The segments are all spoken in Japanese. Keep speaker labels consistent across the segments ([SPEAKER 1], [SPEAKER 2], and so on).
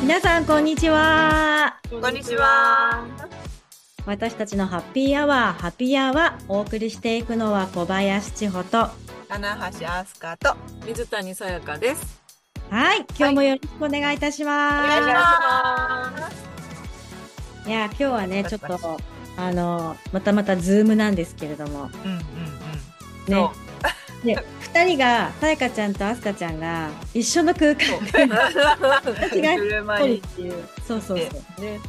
[SPEAKER 1] 皆さんこんにちは
[SPEAKER 2] こんにちは。
[SPEAKER 1] 私たちのハッピーアワーハッピーアワーお送りしていくのは小林千穂と
[SPEAKER 2] 金橋アスカと
[SPEAKER 3] 水谷さやかです。
[SPEAKER 1] はい今日もよろしくお願いいたし
[SPEAKER 2] お
[SPEAKER 1] ます、
[SPEAKER 2] 願いしま
[SPEAKER 1] い、や今日はねちょっとあのまたまたズームなんですけれども
[SPEAKER 2] す。うんうんうん。
[SPEAKER 1] ね
[SPEAKER 2] そ
[SPEAKER 1] で2人がさやかちゃんとあすかちゃんが一緒の空間
[SPEAKER 2] う。そう。
[SPEAKER 1] 違う
[SPEAKER 2] 車
[SPEAKER 1] に
[SPEAKER 2] に
[SPEAKER 1] っていうそうそうそう
[SPEAKER 3] ね。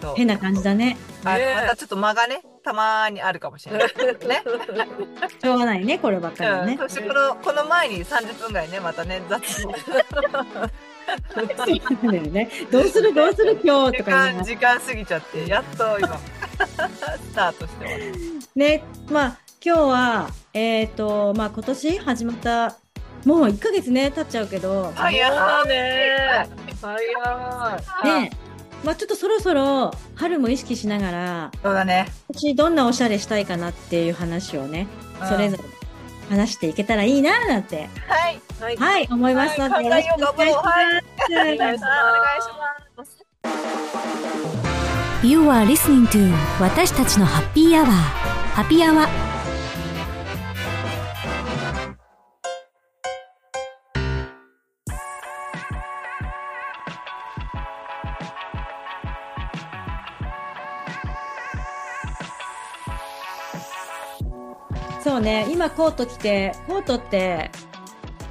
[SPEAKER 2] そう
[SPEAKER 1] 変な感じだね
[SPEAKER 2] あ
[SPEAKER 3] ね
[SPEAKER 2] またちょっと間がね、たまーにあるかもしれない。ね。
[SPEAKER 1] しょうがないねこればっかりは
[SPEAKER 2] う
[SPEAKER 1] ね
[SPEAKER 2] ん、そしてこの、この前に30分ぐらいね、またね、雑に。
[SPEAKER 1] そうだよねどうするどうする今日
[SPEAKER 2] 時
[SPEAKER 1] とか言い
[SPEAKER 2] 間、
[SPEAKER 1] ながら
[SPEAKER 2] 時間過ぎちゃって、やっと今、 スタートしてます。
[SPEAKER 1] ねまあ今日はえっ、とまあ今年始まったもう1ヶ月ね経っちゃうけど
[SPEAKER 2] はい
[SPEAKER 3] 早いね。早い。
[SPEAKER 1] ねまあちょっとそろそろ春も意識しながら
[SPEAKER 2] そうだね。
[SPEAKER 1] 今年どんなおしゃれしたいかなっていう話をね
[SPEAKER 2] うん
[SPEAKER 1] それぞれ話していけたらいいななんて
[SPEAKER 2] はい。
[SPEAKER 3] はい。
[SPEAKER 1] はい、思いますので、よろしくお願いし
[SPEAKER 3] お願い
[SPEAKER 1] ます
[SPEAKER 3] し。
[SPEAKER 2] お願いし
[SPEAKER 3] ます。
[SPEAKER 4] You are listening to 私たちのハッピーアワーハピアワ
[SPEAKER 1] そうね、今コート着て、コートって、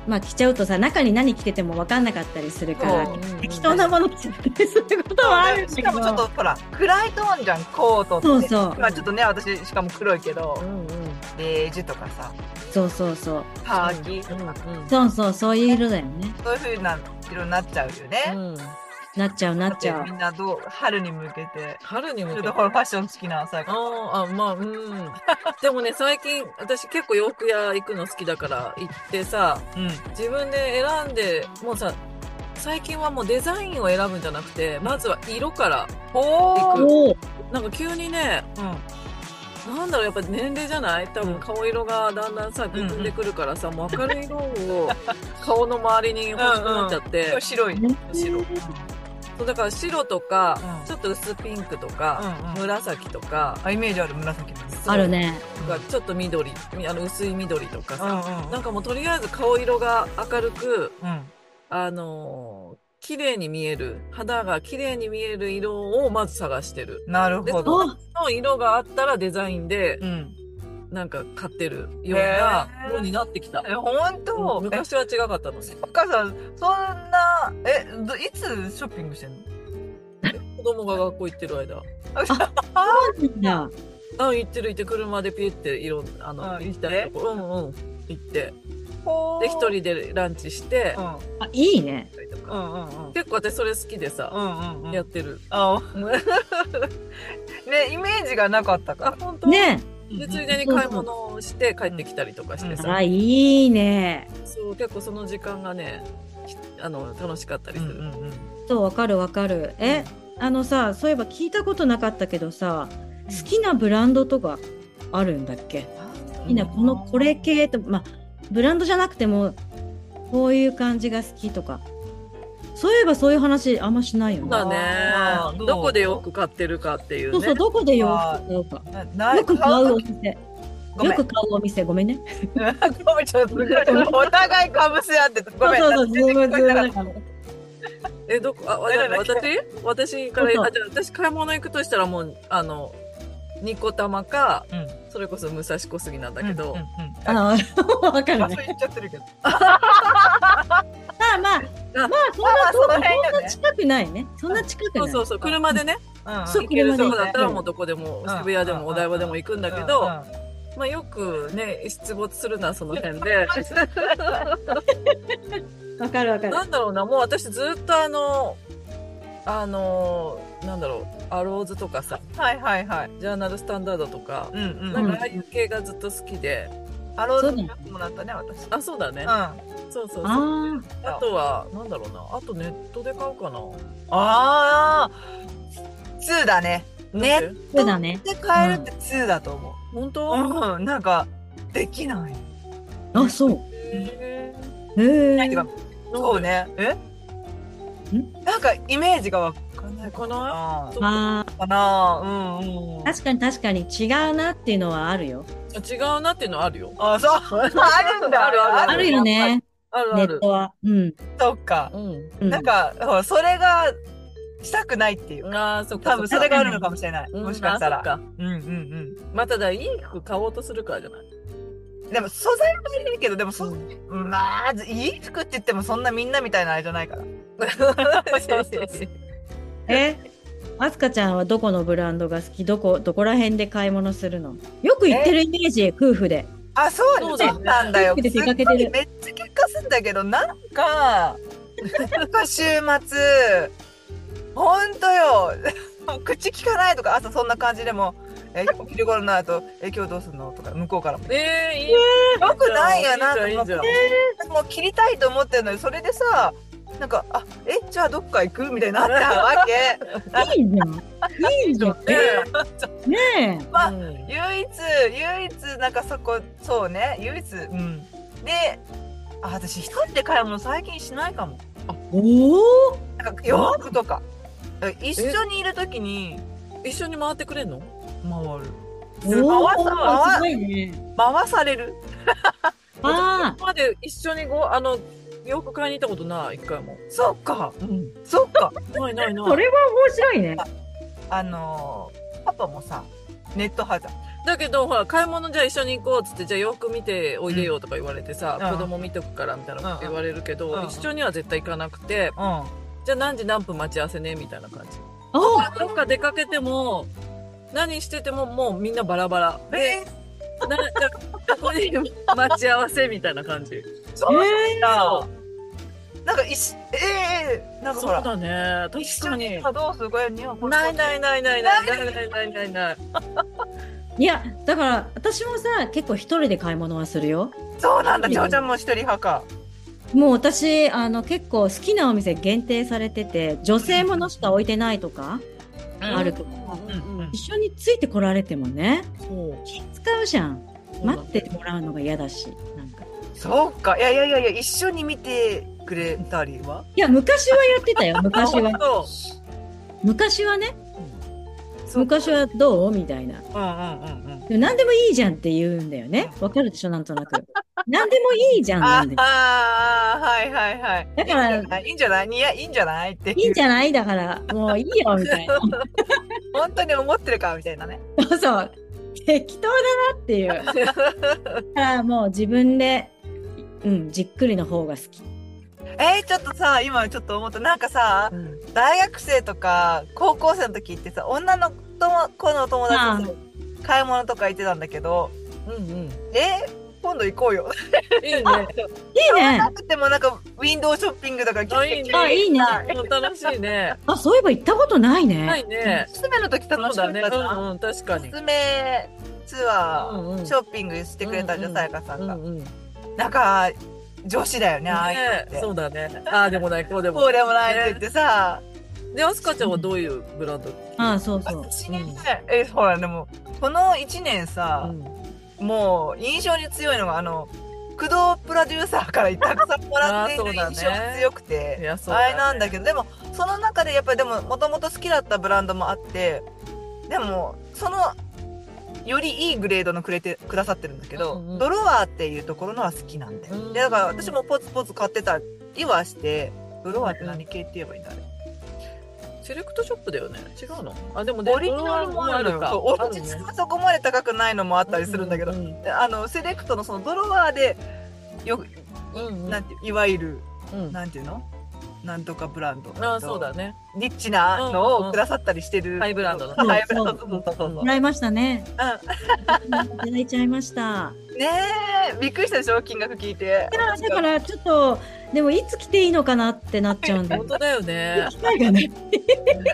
[SPEAKER 1] まあ着ちゃうとさ、中に何着てても分かんなかったりするから
[SPEAKER 2] そ、
[SPEAKER 1] 適当なもの着たりすることはあるんだ
[SPEAKER 2] し
[SPEAKER 1] け
[SPEAKER 2] かもちょっと
[SPEAKER 1] ど、
[SPEAKER 2] ほら暗いトーンじゃんコートって
[SPEAKER 1] そうそう
[SPEAKER 2] 今ちょっとね私しかも黒いけど
[SPEAKER 3] うんうん。
[SPEAKER 2] ベージュとかさ
[SPEAKER 1] そうそうそう、
[SPEAKER 2] カーキと
[SPEAKER 3] うん
[SPEAKER 2] か、
[SPEAKER 3] う
[SPEAKER 1] そうそう、そういう色だよね。
[SPEAKER 2] そういう風な色になっちゃうよね、
[SPEAKER 3] ん。うん。
[SPEAKER 1] なっちゃう、なっち
[SPEAKER 2] で
[SPEAKER 1] ゃう
[SPEAKER 2] み。んなどう春に向けて
[SPEAKER 3] 春に
[SPEAKER 2] ち
[SPEAKER 3] 向
[SPEAKER 2] ょ
[SPEAKER 3] け。
[SPEAKER 2] ってとこのファッション好きなさ
[SPEAKER 3] あーあ、まあ、うん。でもね、最近、私結構洋服屋行くの好きだから行ってさ、
[SPEAKER 2] うん
[SPEAKER 3] 自分で選んで、もうさ、最近はもうデザインを選ぶんじゃなくて、まずは色から。
[SPEAKER 2] ほー
[SPEAKER 1] おお、
[SPEAKER 3] なんか急にね、
[SPEAKER 2] うん
[SPEAKER 3] なんだろう、やっぱ年齢じゃない多分顔色がだんだんさ、くんでくるからさ、もう明るい色を顔の周りに欲しくなっちゃって、
[SPEAKER 2] 今日白いね
[SPEAKER 3] 白そうだから白とか、
[SPEAKER 2] うん
[SPEAKER 3] ちょっと薄ピンクとか、
[SPEAKER 2] うんうん
[SPEAKER 3] 紫とか、
[SPEAKER 2] あイメージある紫の
[SPEAKER 3] そう
[SPEAKER 1] あるね。
[SPEAKER 3] なんかちょっと緑、みあの薄い緑とか
[SPEAKER 2] うん
[SPEAKER 3] さ、なんかもうとりあえず顔色が明るく、
[SPEAKER 2] うんうん
[SPEAKER 3] あのー綺麗に見える、肌が綺麗に見える色をまず探してる。
[SPEAKER 2] なる
[SPEAKER 3] で、
[SPEAKER 2] ほ
[SPEAKER 3] そ
[SPEAKER 2] ど
[SPEAKER 1] お
[SPEAKER 3] の色があったらデザインで、
[SPEAKER 2] うん
[SPEAKER 3] なんか買ってるような
[SPEAKER 2] へー
[SPEAKER 3] ようになってきた。
[SPEAKER 2] え本当
[SPEAKER 3] うん昔は違かったのね。
[SPEAKER 2] お母さんそんなえどいつショッピングしてんの
[SPEAKER 3] 子供が学校行ってる間。
[SPEAKER 1] いいんだ
[SPEAKER 3] あ、行ってる行って車でピュっていろんあの、
[SPEAKER 2] うん
[SPEAKER 3] 行ったりとかうんうん行って
[SPEAKER 2] ほー
[SPEAKER 3] で一人でランチして
[SPEAKER 2] う、ん
[SPEAKER 1] あ、いいね。
[SPEAKER 3] と
[SPEAKER 2] う
[SPEAKER 3] か
[SPEAKER 2] んうんうん
[SPEAKER 3] 結構私それ好きでさ、
[SPEAKER 2] うんうんう
[SPEAKER 3] やっ
[SPEAKER 2] ん
[SPEAKER 3] てる。
[SPEAKER 2] あねイメージがなかった
[SPEAKER 3] あ
[SPEAKER 2] か
[SPEAKER 3] 本当。
[SPEAKER 1] ね
[SPEAKER 3] でついでに買い物をして帰ってきたりとかして
[SPEAKER 1] あ
[SPEAKER 3] さ、
[SPEAKER 1] ら、いいね。
[SPEAKER 3] そう結構その時間がねきあの楽しかったり
[SPEAKER 2] ら
[SPEAKER 3] す
[SPEAKER 2] うん
[SPEAKER 3] る。
[SPEAKER 2] うんうん
[SPEAKER 1] そう、わかるわかる。え、あのさ、そういえば聞いたことなかったけどさ、好きなブランドとかあるんだっけ好きなこのこれ系と、まあ、ブランドじゃなくても、こういう感じが好きとか。そういえばそういう話あんましないよね。
[SPEAKER 3] だ
[SPEAKER 2] あー
[SPEAKER 3] ね
[SPEAKER 2] どう
[SPEAKER 3] どこで洋服買ってるかっていうね。
[SPEAKER 1] そうそう、どこで洋服買うか。
[SPEAKER 2] なな
[SPEAKER 1] よく買うお
[SPEAKER 2] 顔
[SPEAKER 1] 店。
[SPEAKER 2] ごめ
[SPEAKER 1] よ
[SPEAKER 2] ん
[SPEAKER 1] く買うお店。ごめんね。
[SPEAKER 2] ごめんちょっとお互いかぶせ合っててごめん
[SPEAKER 1] そうそうそう、ズーム
[SPEAKER 2] 全
[SPEAKER 1] ズ
[SPEAKER 2] 然聞こえな
[SPEAKER 1] ー
[SPEAKER 2] かっ
[SPEAKER 1] ムだから。
[SPEAKER 3] え、どこ、あ、わ
[SPEAKER 2] えなんだっけ
[SPEAKER 3] 私私から、
[SPEAKER 1] そうそう
[SPEAKER 3] あ、じゃあ私買い物行くとしたらもう、あの、ニコ玉か、
[SPEAKER 2] たうん
[SPEAKER 3] それこそ武蔵小杉なんだ
[SPEAKER 2] うん
[SPEAKER 3] けど、
[SPEAKER 2] うんうんあ
[SPEAKER 1] ああ、 わかる
[SPEAKER 2] 場
[SPEAKER 1] ね
[SPEAKER 2] 所。言っちゃってるけど
[SPEAKER 1] まあまあ、まあそんな
[SPEAKER 2] あその辺だね
[SPEAKER 1] そんな近くないね。そんな近くない。
[SPEAKER 3] そうそうそう、車でね、
[SPEAKER 2] うん
[SPEAKER 1] そう
[SPEAKER 3] 行けるとこ
[SPEAKER 1] 車で
[SPEAKER 3] だったらも
[SPEAKER 1] う
[SPEAKER 3] うどこでも
[SPEAKER 2] う、ん
[SPEAKER 3] 渋谷で
[SPEAKER 2] うん
[SPEAKER 3] もお台場でも行くんだけ
[SPEAKER 2] う
[SPEAKER 3] ど、
[SPEAKER 2] んうん
[SPEAKER 3] まあよくね、出没するのはその 辺で、
[SPEAKER 1] わかるわかる。
[SPEAKER 3] なんだろうな、もう私ずっとあの、あの、なんだろう、アローズとかさ、
[SPEAKER 2] はいはいはい
[SPEAKER 3] ジャーナルスタンダードとか、
[SPEAKER 2] うんうん
[SPEAKER 3] なんかああいう系がずっと好きで、
[SPEAKER 2] アロー
[SPEAKER 1] そ
[SPEAKER 2] ズ
[SPEAKER 1] うだね
[SPEAKER 2] のやつもらったね私
[SPEAKER 3] あ、そうだね。
[SPEAKER 2] うん
[SPEAKER 3] そうそうそう。
[SPEAKER 1] ああ、
[SPEAKER 3] あとは、なんだろうな。あとネットで買うかな。
[SPEAKER 2] あー2だねネッ
[SPEAKER 3] だって。
[SPEAKER 1] そうだね。
[SPEAKER 2] トで買えるって2だと思う
[SPEAKER 3] 本当、
[SPEAKER 2] うん、なんか、できない。
[SPEAKER 1] あ、そう。
[SPEAKER 3] へ
[SPEAKER 1] へえ。
[SPEAKER 2] そうね。え
[SPEAKER 1] ん
[SPEAKER 2] なんかイメージがわかんないかな。
[SPEAKER 3] そう
[SPEAKER 1] あ
[SPEAKER 2] かな。うんうん。
[SPEAKER 1] ー確かに確かに違うなっていうのはあるよ。
[SPEAKER 3] 違うなっていうのは あるよ。
[SPEAKER 2] あ、そう。あるんだ。
[SPEAKER 3] あるある
[SPEAKER 1] あるよ。ね、
[SPEAKER 3] ある
[SPEAKER 1] ネ
[SPEAKER 3] あ
[SPEAKER 1] ッ
[SPEAKER 3] る
[SPEAKER 1] ト。は。うん。
[SPEAKER 2] そっか。
[SPEAKER 3] うん。
[SPEAKER 1] うん
[SPEAKER 2] なんか、ほらそれがしたくないっていう。
[SPEAKER 3] ああ、そっか。
[SPEAKER 2] 多分それがあるのかもしれない。
[SPEAKER 3] うん
[SPEAKER 2] もしかした
[SPEAKER 3] あ
[SPEAKER 2] ら。
[SPEAKER 3] そっか
[SPEAKER 2] うんうんうん。
[SPEAKER 3] まただ、いい服買おうとするからじゃない。
[SPEAKER 2] でも素材はいいけどでもそ、
[SPEAKER 3] うん
[SPEAKER 2] まあいい服って言ってもそんなみんなみたいなあれじゃないから
[SPEAKER 3] そうそうそう
[SPEAKER 1] えあすかちゃんはどこのブランドが好きどこ、どこら辺で買い物するのよく行ってるイメージ、夫婦で。
[SPEAKER 2] あそう
[SPEAKER 3] そうだよね
[SPEAKER 2] そうなんだよ
[SPEAKER 1] 服で出かけてる
[SPEAKER 2] すっごいめっちゃ結果すんだけどなんかなんか週末ほんとよ 口聞かないとか朝そんな感じで もえお昼頃の後「え今日どうすんの?」とか向こうからも「
[SPEAKER 3] ええ、いい。
[SPEAKER 2] よくないよな」と
[SPEAKER 3] いいじゃんいいじゃん
[SPEAKER 2] 思ってもう切りたいと思ってるのにそれでさなんか「あえじゃあどっか行く?」みたいになったわけ。
[SPEAKER 1] いいじゃん。いいじゃん。ね
[SPEAKER 2] まあ
[SPEAKER 3] うん
[SPEAKER 2] 唯一唯一なんかそこそうね唯一うんであ私一人で買い物最近しないかも
[SPEAKER 1] え。おお
[SPEAKER 2] なんか洋服とか一緒にいるときに
[SPEAKER 3] 一緒に回ってくれんの
[SPEAKER 2] 回る
[SPEAKER 1] お
[SPEAKER 2] すごい回
[SPEAKER 1] ー
[SPEAKER 2] さ
[SPEAKER 1] すごいね。
[SPEAKER 2] 回される
[SPEAKER 1] あ
[SPEAKER 3] 今まで一緒にご、あの、洋服買いに行ったことない、一回も。
[SPEAKER 2] そっか
[SPEAKER 3] うん。
[SPEAKER 2] そっか
[SPEAKER 3] ないない
[SPEAKER 1] あ、
[SPEAKER 3] な
[SPEAKER 1] そ
[SPEAKER 3] い。
[SPEAKER 1] れは面白いね。
[SPEAKER 2] あのーパパもさネット派じ
[SPEAKER 3] だけど、ほら、買い物じゃあ一緒に行こうっつって、じゃあ洋服見ておいでよとか言われてさ、
[SPEAKER 2] うん
[SPEAKER 3] 子供見とくからみたいなこと言われるけど、
[SPEAKER 2] うんうん
[SPEAKER 3] 一緒には絶対行かなくて、
[SPEAKER 2] ゃんうん
[SPEAKER 3] じゃあ何時何分待ち合わせねみたいな感じ。
[SPEAKER 1] あ
[SPEAKER 3] どっか出かけても、何しててももうみんなバラバラ。で、
[SPEAKER 2] え
[SPEAKER 3] なじゃあここに待ち合わせみたいな感じ。
[SPEAKER 2] そう
[SPEAKER 1] え
[SPEAKER 2] だなんかいしええなんか
[SPEAKER 3] そ
[SPEAKER 2] ほ
[SPEAKER 3] う
[SPEAKER 2] ら
[SPEAKER 3] だね。
[SPEAKER 2] 一
[SPEAKER 3] 確
[SPEAKER 2] 緒
[SPEAKER 3] か
[SPEAKER 2] に
[SPEAKER 3] に。
[SPEAKER 2] 稼働するぐらいには
[SPEAKER 3] ないないないないないないないないないない。
[SPEAKER 1] ーいや、だから私もさ、結構一人で買い物はするよ。
[SPEAKER 2] そうなんだきょうちゃんも一人派か
[SPEAKER 1] もう私、あの、結構好きなお店限定されてて、女性ものしか置いてないとか、あるから、
[SPEAKER 3] うんうん。
[SPEAKER 1] 一緒についてこられてもね、
[SPEAKER 3] そう
[SPEAKER 1] 気使うじゃん。
[SPEAKER 3] そうだ
[SPEAKER 1] 待ってもらうのが嫌だし、なんか。
[SPEAKER 2] そうかいやいやいやいや一緒に見てくれたりはい
[SPEAKER 1] や、昔はやってたよ、昔は。
[SPEAKER 3] そう
[SPEAKER 1] 昔はね、
[SPEAKER 2] そう
[SPEAKER 1] 昔はどうみたいな。
[SPEAKER 2] うんうんうんうん
[SPEAKER 1] でも何でもいいじゃんって言うんだよね。わかるでしょ、なんとなく。何でもいいじゃんな
[SPEAKER 2] あ
[SPEAKER 1] んで。
[SPEAKER 2] あーはいはい はい
[SPEAKER 1] だから
[SPEAKER 2] いいんじゃないいいんじゃないいやいいんじゃないって
[SPEAKER 1] いいんじゃないだから、もういいよ、みた いな。
[SPEAKER 2] 本当に思ってるかみたいなね
[SPEAKER 1] そうそう。適当だなっていう。だからもう自分で、うん、じっくりの方が好き。
[SPEAKER 2] えー、ちょっとさ今ちょっと思ったなんかさ
[SPEAKER 3] うん
[SPEAKER 2] 大学生とか高校生の時ってさ女の子の友達と買い物とか行ってたんだけど
[SPEAKER 3] うんうん。
[SPEAKER 2] えー、今度行こうよ
[SPEAKER 3] い い
[SPEAKER 1] い
[SPEAKER 3] ね。
[SPEAKER 1] いね
[SPEAKER 2] なくてもなんかウィンドウショッピングとか来
[SPEAKER 3] あ
[SPEAKER 2] て
[SPEAKER 3] いいね。
[SPEAKER 1] あいいね
[SPEAKER 3] 楽し いね。
[SPEAKER 1] あ、そういえば行ったことないね。
[SPEAKER 3] ないね。
[SPEAKER 2] 娘の時
[SPEAKER 3] そ
[SPEAKER 2] 楽
[SPEAKER 3] う
[SPEAKER 2] しか
[SPEAKER 3] だ
[SPEAKER 2] っ
[SPEAKER 3] ね。
[SPEAKER 2] たじゃん
[SPEAKER 3] うんうん確かに。
[SPEAKER 2] おすすめツア
[SPEAKER 3] うんう
[SPEAKER 2] ー
[SPEAKER 3] ん
[SPEAKER 2] ショッピングしてくれたじゃ
[SPEAKER 3] うんうんん
[SPEAKER 2] さやかさ
[SPEAKER 3] うん
[SPEAKER 2] が
[SPEAKER 3] んうん。ね
[SPEAKER 2] なんか女子だよねああいうのって
[SPEAKER 3] そうだね。ああでもないこうでも
[SPEAKER 2] こ
[SPEAKER 3] な
[SPEAKER 2] う
[SPEAKER 3] い。
[SPEAKER 2] でもないって言ってさ
[SPEAKER 3] でアスカちゃんはどういうブランド？
[SPEAKER 1] ああ、そうそう。
[SPEAKER 2] 私ねえほらでもこの1年
[SPEAKER 3] う
[SPEAKER 2] さ
[SPEAKER 3] ん
[SPEAKER 2] もう印象に強いのがあの工藤プロデューサーからたくさんもらってい
[SPEAKER 3] あーそ
[SPEAKER 2] る
[SPEAKER 3] うだね
[SPEAKER 2] 印象が強く
[SPEAKER 3] い
[SPEAKER 2] て
[SPEAKER 3] やそう
[SPEAKER 2] あれなん
[SPEAKER 3] ね
[SPEAKER 2] だけどでもその中でやっぱりでももともと好きだったブランドもあってでもそのよりいいグレードのくれてくださってるんだけど、
[SPEAKER 3] うんうん
[SPEAKER 2] ドロワーっていうところのは好きなんだよ、
[SPEAKER 3] うん
[SPEAKER 2] でだから私もポツポツ買ってたりはしてドロワーって何系って言えばいいんだあれ、
[SPEAKER 3] セレクトショップだよね。違うの？あでも
[SPEAKER 2] オリジナルもあるのよ
[SPEAKER 3] か。
[SPEAKER 2] そうオリジナルはそこまで高くないのもあったりするんだけど、
[SPEAKER 3] う
[SPEAKER 2] であのセレクトのそのドロワーでよく、
[SPEAKER 3] うんうん
[SPEAKER 2] なんていわゆる
[SPEAKER 3] うん。
[SPEAKER 2] なんていうのなんとかブランド
[SPEAKER 3] ああそうだね。
[SPEAKER 2] リッチなのをくださったりしてる、
[SPEAKER 3] んうんハイブランドの
[SPEAKER 2] ハイブランドそうそうそうそう
[SPEAKER 1] もらいましたね。いただいちゃいました。
[SPEAKER 2] ねえびっくりしたでしょ金額聞いて
[SPEAKER 1] いやだからちょっと、でもいつ来ていいのかなってなっちゃうんだよ
[SPEAKER 3] 本。当だよね。
[SPEAKER 1] 機会がね、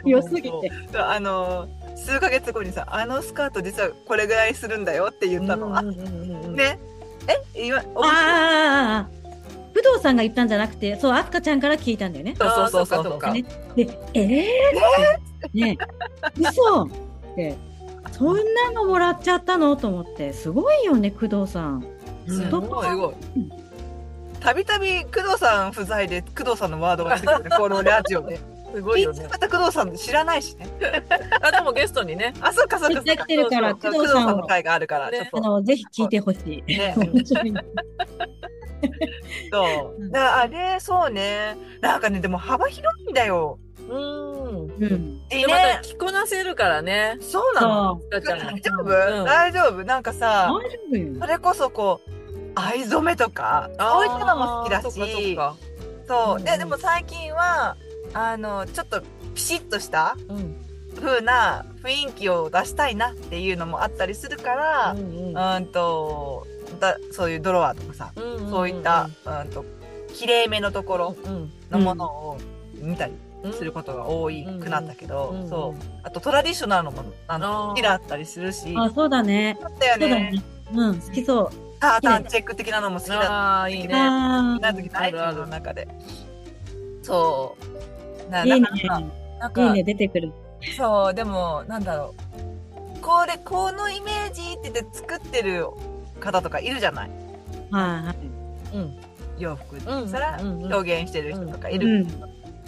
[SPEAKER 1] 良すぎて。
[SPEAKER 2] あの数ヶ月後にさ「あのスカート実はこれぐらいするんだよ」って言ったの、
[SPEAKER 3] うんうんうんうん。
[SPEAKER 2] ねえ今お
[SPEAKER 1] ああ、武藤さんが言ったんじゃなくて、そう、あすかちゃんから聞いたんだよね。
[SPEAKER 3] そうそうそう
[SPEAKER 2] あーそ
[SPEAKER 3] そ
[SPEAKER 2] っ
[SPEAKER 3] う
[SPEAKER 2] か
[SPEAKER 3] か
[SPEAKER 1] そっ。で、えー、ってね、嘘って、そんなのもらっちゃったのと思って、すごいよね、工藤さん。
[SPEAKER 3] うん
[SPEAKER 2] す
[SPEAKER 1] ど
[SPEAKER 2] ごいすごいたびたび工藤さん不在で工藤さんのワードが出てくるねこのラジオで
[SPEAKER 3] すごい
[SPEAKER 2] ピ
[SPEAKER 3] よ
[SPEAKER 2] ーチ
[SPEAKER 3] ね。
[SPEAKER 2] 畑工藤さん知らないしね。
[SPEAKER 3] あ、でもゲストにね。
[SPEAKER 2] あ、そっかそっかそっ
[SPEAKER 1] めっちゃ来てるから
[SPEAKER 2] そう
[SPEAKER 1] 工
[SPEAKER 2] そう
[SPEAKER 1] 藤
[SPEAKER 2] 工
[SPEAKER 1] さんを
[SPEAKER 2] 藤さんの会があるから。
[SPEAKER 3] ね
[SPEAKER 1] あ
[SPEAKER 2] そう
[SPEAKER 1] のぜひ聞いてほしい。
[SPEAKER 2] ね
[SPEAKER 1] 面白い
[SPEAKER 2] そうう。
[SPEAKER 1] ん
[SPEAKER 2] だからあれ、そうね。なんかね、でも幅広いんだよ。
[SPEAKER 3] うん。
[SPEAKER 1] うん、
[SPEAKER 2] で
[SPEAKER 3] でま
[SPEAKER 2] ね。
[SPEAKER 3] た着こなせるからね。
[SPEAKER 2] そうなの。
[SPEAKER 1] そう
[SPEAKER 3] だちゃん
[SPEAKER 2] 大
[SPEAKER 3] も
[SPEAKER 2] 丈夫
[SPEAKER 3] うん
[SPEAKER 2] 大丈夫なんか
[SPEAKER 1] 大
[SPEAKER 2] さ
[SPEAKER 1] 丈、夫よ
[SPEAKER 2] それこそこう、藍染めとか、そういったのも好きだ
[SPEAKER 3] あーそっかそっ
[SPEAKER 2] し。
[SPEAKER 3] か
[SPEAKER 2] そう。
[SPEAKER 3] うんう
[SPEAKER 2] で、
[SPEAKER 3] ん
[SPEAKER 2] でも最近は、あの、ちょっとピシッとした
[SPEAKER 3] うん。
[SPEAKER 2] 風な雰囲気を出したいなっていうのもあったりするから、
[SPEAKER 3] うんうん
[SPEAKER 2] うーんとだそういうドロワーとかさ、
[SPEAKER 3] うんんん
[SPEAKER 2] そういった、うーんと綺麗めのところ
[SPEAKER 3] うん
[SPEAKER 2] のものを見たり
[SPEAKER 3] うん
[SPEAKER 2] することが多いくなったけど、
[SPEAKER 3] うん
[SPEAKER 2] そうあとトラディショナルのものあの
[SPEAKER 3] あー
[SPEAKER 2] 好きだったりするし
[SPEAKER 1] あそうだね。
[SPEAKER 2] そうだよ
[SPEAKER 1] そうだ
[SPEAKER 2] ね
[SPEAKER 1] ね。うん好きそう。
[SPEAKER 2] タータンチェック的なのも好きだっ
[SPEAKER 3] ああいいね。
[SPEAKER 1] あ
[SPEAKER 2] た時ない
[SPEAKER 3] あるある
[SPEAKER 2] 自分の中でそうな
[SPEAKER 1] あいいね
[SPEAKER 2] だからなん
[SPEAKER 1] いい
[SPEAKER 2] か
[SPEAKER 1] ね出てくる。
[SPEAKER 2] そうでもなんだろうこれこのイメージって言って作ってる方とかいるじゃない
[SPEAKER 1] は
[SPEAKER 3] うん。
[SPEAKER 2] 洋服
[SPEAKER 3] うんうん
[SPEAKER 2] から
[SPEAKER 3] うんうん
[SPEAKER 2] 表現してる人とかい
[SPEAKER 1] い。う
[SPEAKER 2] る、
[SPEAKER 1] ん。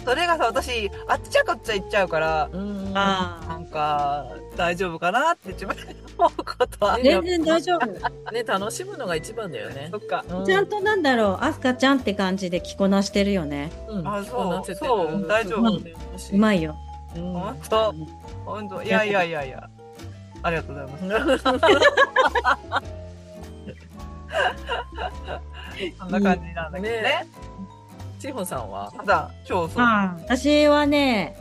[SPEAKER 2] それがさ私あっちゃこっちゃ行っちゃうから
[SPEAKER 3] うん
[SPEAKER 2] な
[SPEAKER 1] あ
[SPEAKER 2] んか大丈夫かなって自分で思うことは
[SPEAKER 1] あ全然大丈夫。
[SPEAKER 3] ね楽しむのが一番だよね
[SPEAKER 2] そ。っか
[SPEAKER 3] う
[SPEAKER 1] ちゃんとなんだろうアスカちゃんって感じで着こなしてるよね。
[SPEAKER 3] うん
[SPEAKER 2] あそう
[SPEAKER 3] 着こなせてる
[SPEAKER 2] そう大丈
[SPEAKER 1] 夫うまいよ。
[SPEAKER 3] うん
[SPEAKER 2] 本当本当いやいやいやいやありがとうございますそんな感じなんだけどね
[SPEAKER 3] ね千穂さんは
[SPEAKER 2] ただ超そう
[SPEAKER 1] ああ私はね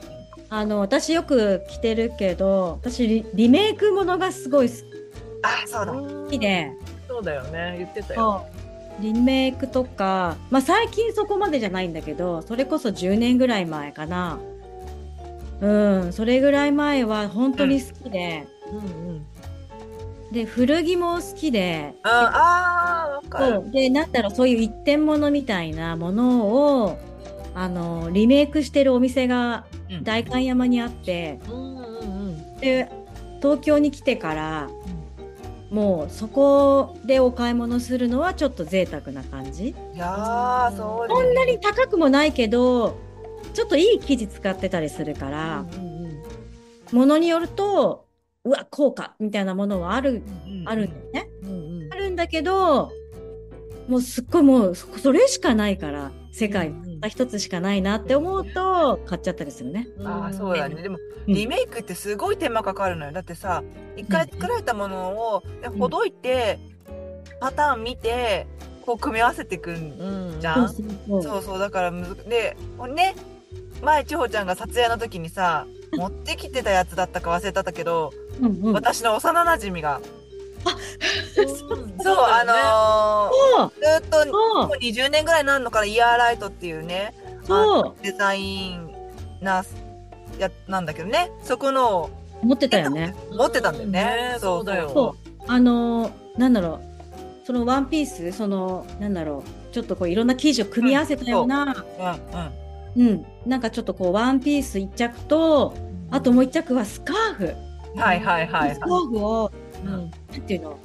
[SPEAKER 1] あの私よく着てるけど私リリメイクものがすごい好
[SPEAKER 2] あそうだ
[SPEAKER 1] きで、
[SPEAKER 3] そうだよね言ってたよ
[SPEAKER 1] そうリメイクとか、まあ、最近そこまでじゃないんだけどそれこそ10年ぐらい前かなうんそれぐらい前は本当に好きで、
[SPEAKER 3] うんうん
[SPEAKER 1] で古着も好きで
[SPEAKER 2] うんあーわかる
[SPEAKER 1] そうでなんだろうそういう一点物みたいなものをあのリメイクしてるお店が
[SPEAKER 2] うん
[SPEAKER 1] 代官山にあって。
[SPEAKER 3] うんうんうん
[SPEAKER 1] で東京に来てから、もうそこでお買い物するのはちょっと贅沢な感じ
[SPEAKER 2] いやーそう
[SPEAKER 1] そん
[SPEAKER 2] だ
[SPEAKER 1] な
[SPEAKER 2] よね
[SPEAKER 1] に高くもないけどちょっといい生地使ってたりするから、
[SPEAKER 3] うんうん
[SPEAKER 1] ものによるとうわ効果みたいなものはある、あるんだよね
[SPEAKER 3] うんうん
[SPEAKER 1] あるんだけどもうすっごいもうそそれしかないから世界
[SPEAKER 3] うんうん
[SPEAKER 1] た一つしかないなって思うと買っちゃったりするね。
[SPEAKER 2] あーそうだねでも
[SPEAKER 1] うん
[SPEAKER 2] リメイクってすごい手間かかるのよだってさ一回作られたものをでほどいてパターン見てこう組み合わせていくん
[SPEAKER 3] うん
[SPEAKER 2] じゃ
[SPEAKER 1] そ
[SPEAKER 2] ん
[SPEAKER 1] うそうそう
[SPEAKER 2] そうそうだからむずでね前千穂ちゃんが撮影の時にさ持ってきてたやつだったか忘れたんだけど、
[SPEAKER 1] うんうん
[SPEAKER 2] 私の幼なじみがそうあ
[SPEAKER 3] そう
[SPEAKER 1] そう
[SPEAKER 2] のーずっとも
[SPEAKER 1] そう
[SPEAKER 2] う20年ぐらいになるのからイヤーライトっていうね
[SPEAKER 1] そ
[SPEAKER 2] デザインなやなんだけどねそこのを
[SPEAKER 1] う思ってたよね。
[SPEAKER 2] 持ってたんだよね,、
[SPEAKER 3] うんねそうだよ
[SPEAKER 1] そうあのーなんだろうそのワンピースそのなんだろうちょっとこういろんな生地を組み合わせたような、
[SPEAKER 2] うんうん
[SPEAKER 1] うんなんかちょっとこうワンピース一着とあともう一着はスカーフ、
[SPEAKER 2] はいはいはいはい
[SPEAKER 1] スカーフを
[SPEAKER 3] うんうん
[SPEAKER 1] なんていうの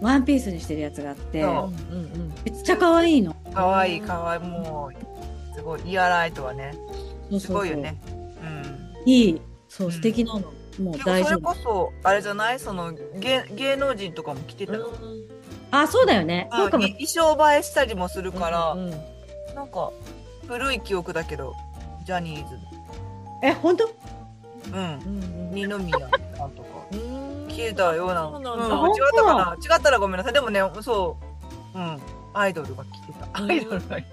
[SPEAKER 1] ワンピースにしてるやつがあって
[SPEAKER 2] そう
[SPEAKER 3] うん
[SPEAKER 1] めっちゃ可愛いの。
[SPEAKER 2] かわいいかわいいもうすごいイヤーライトはね
[SPEAKER 1] そうそうそう
[SPEAKER 2] すごいよねうん
[SPEAKER 1] いいそううん素敵なの、もう
[SPEAKER 2] で
[SPEAKER 1] 大
[SPEAKER 2] も
[SPEAKER 1] 丈
[SPEAKER 2] それ
[SPEAKER 1] 夫
[SPEAKER 2] こそあれじゃないその芸芸能人とかも着てたよ、
[SPEAKER 1] あそうだよね、
[SPEAKER 2] うん
[SPEAKER 1] そうかも
[SPEAKER 2] い衣装映えしたりもするから、
[SPEAKER 3] うんうん
[SPEAKER 2] なんか古い記憶だけどジャニーズ
[SPEAKER 1] え本当
[SPEAKER 2] うん
[SPEAKER 3] うん
[SPEAKER 2] 二宮さんとか
[SPEAKER 3] うん
[SPEAKER 2] 着てたような、、
[SPEAKER 3] そうう
[SPEAKER 2] 違
[SPEAKER 3] んなん
[SPEAKER 1] だ
[SPEAKER 2] ったかな違ったらごめんなさいでもねそううんアイドルが着てた
[SPEAKER 3] うん
[SPEAKER 2] アイドルが着て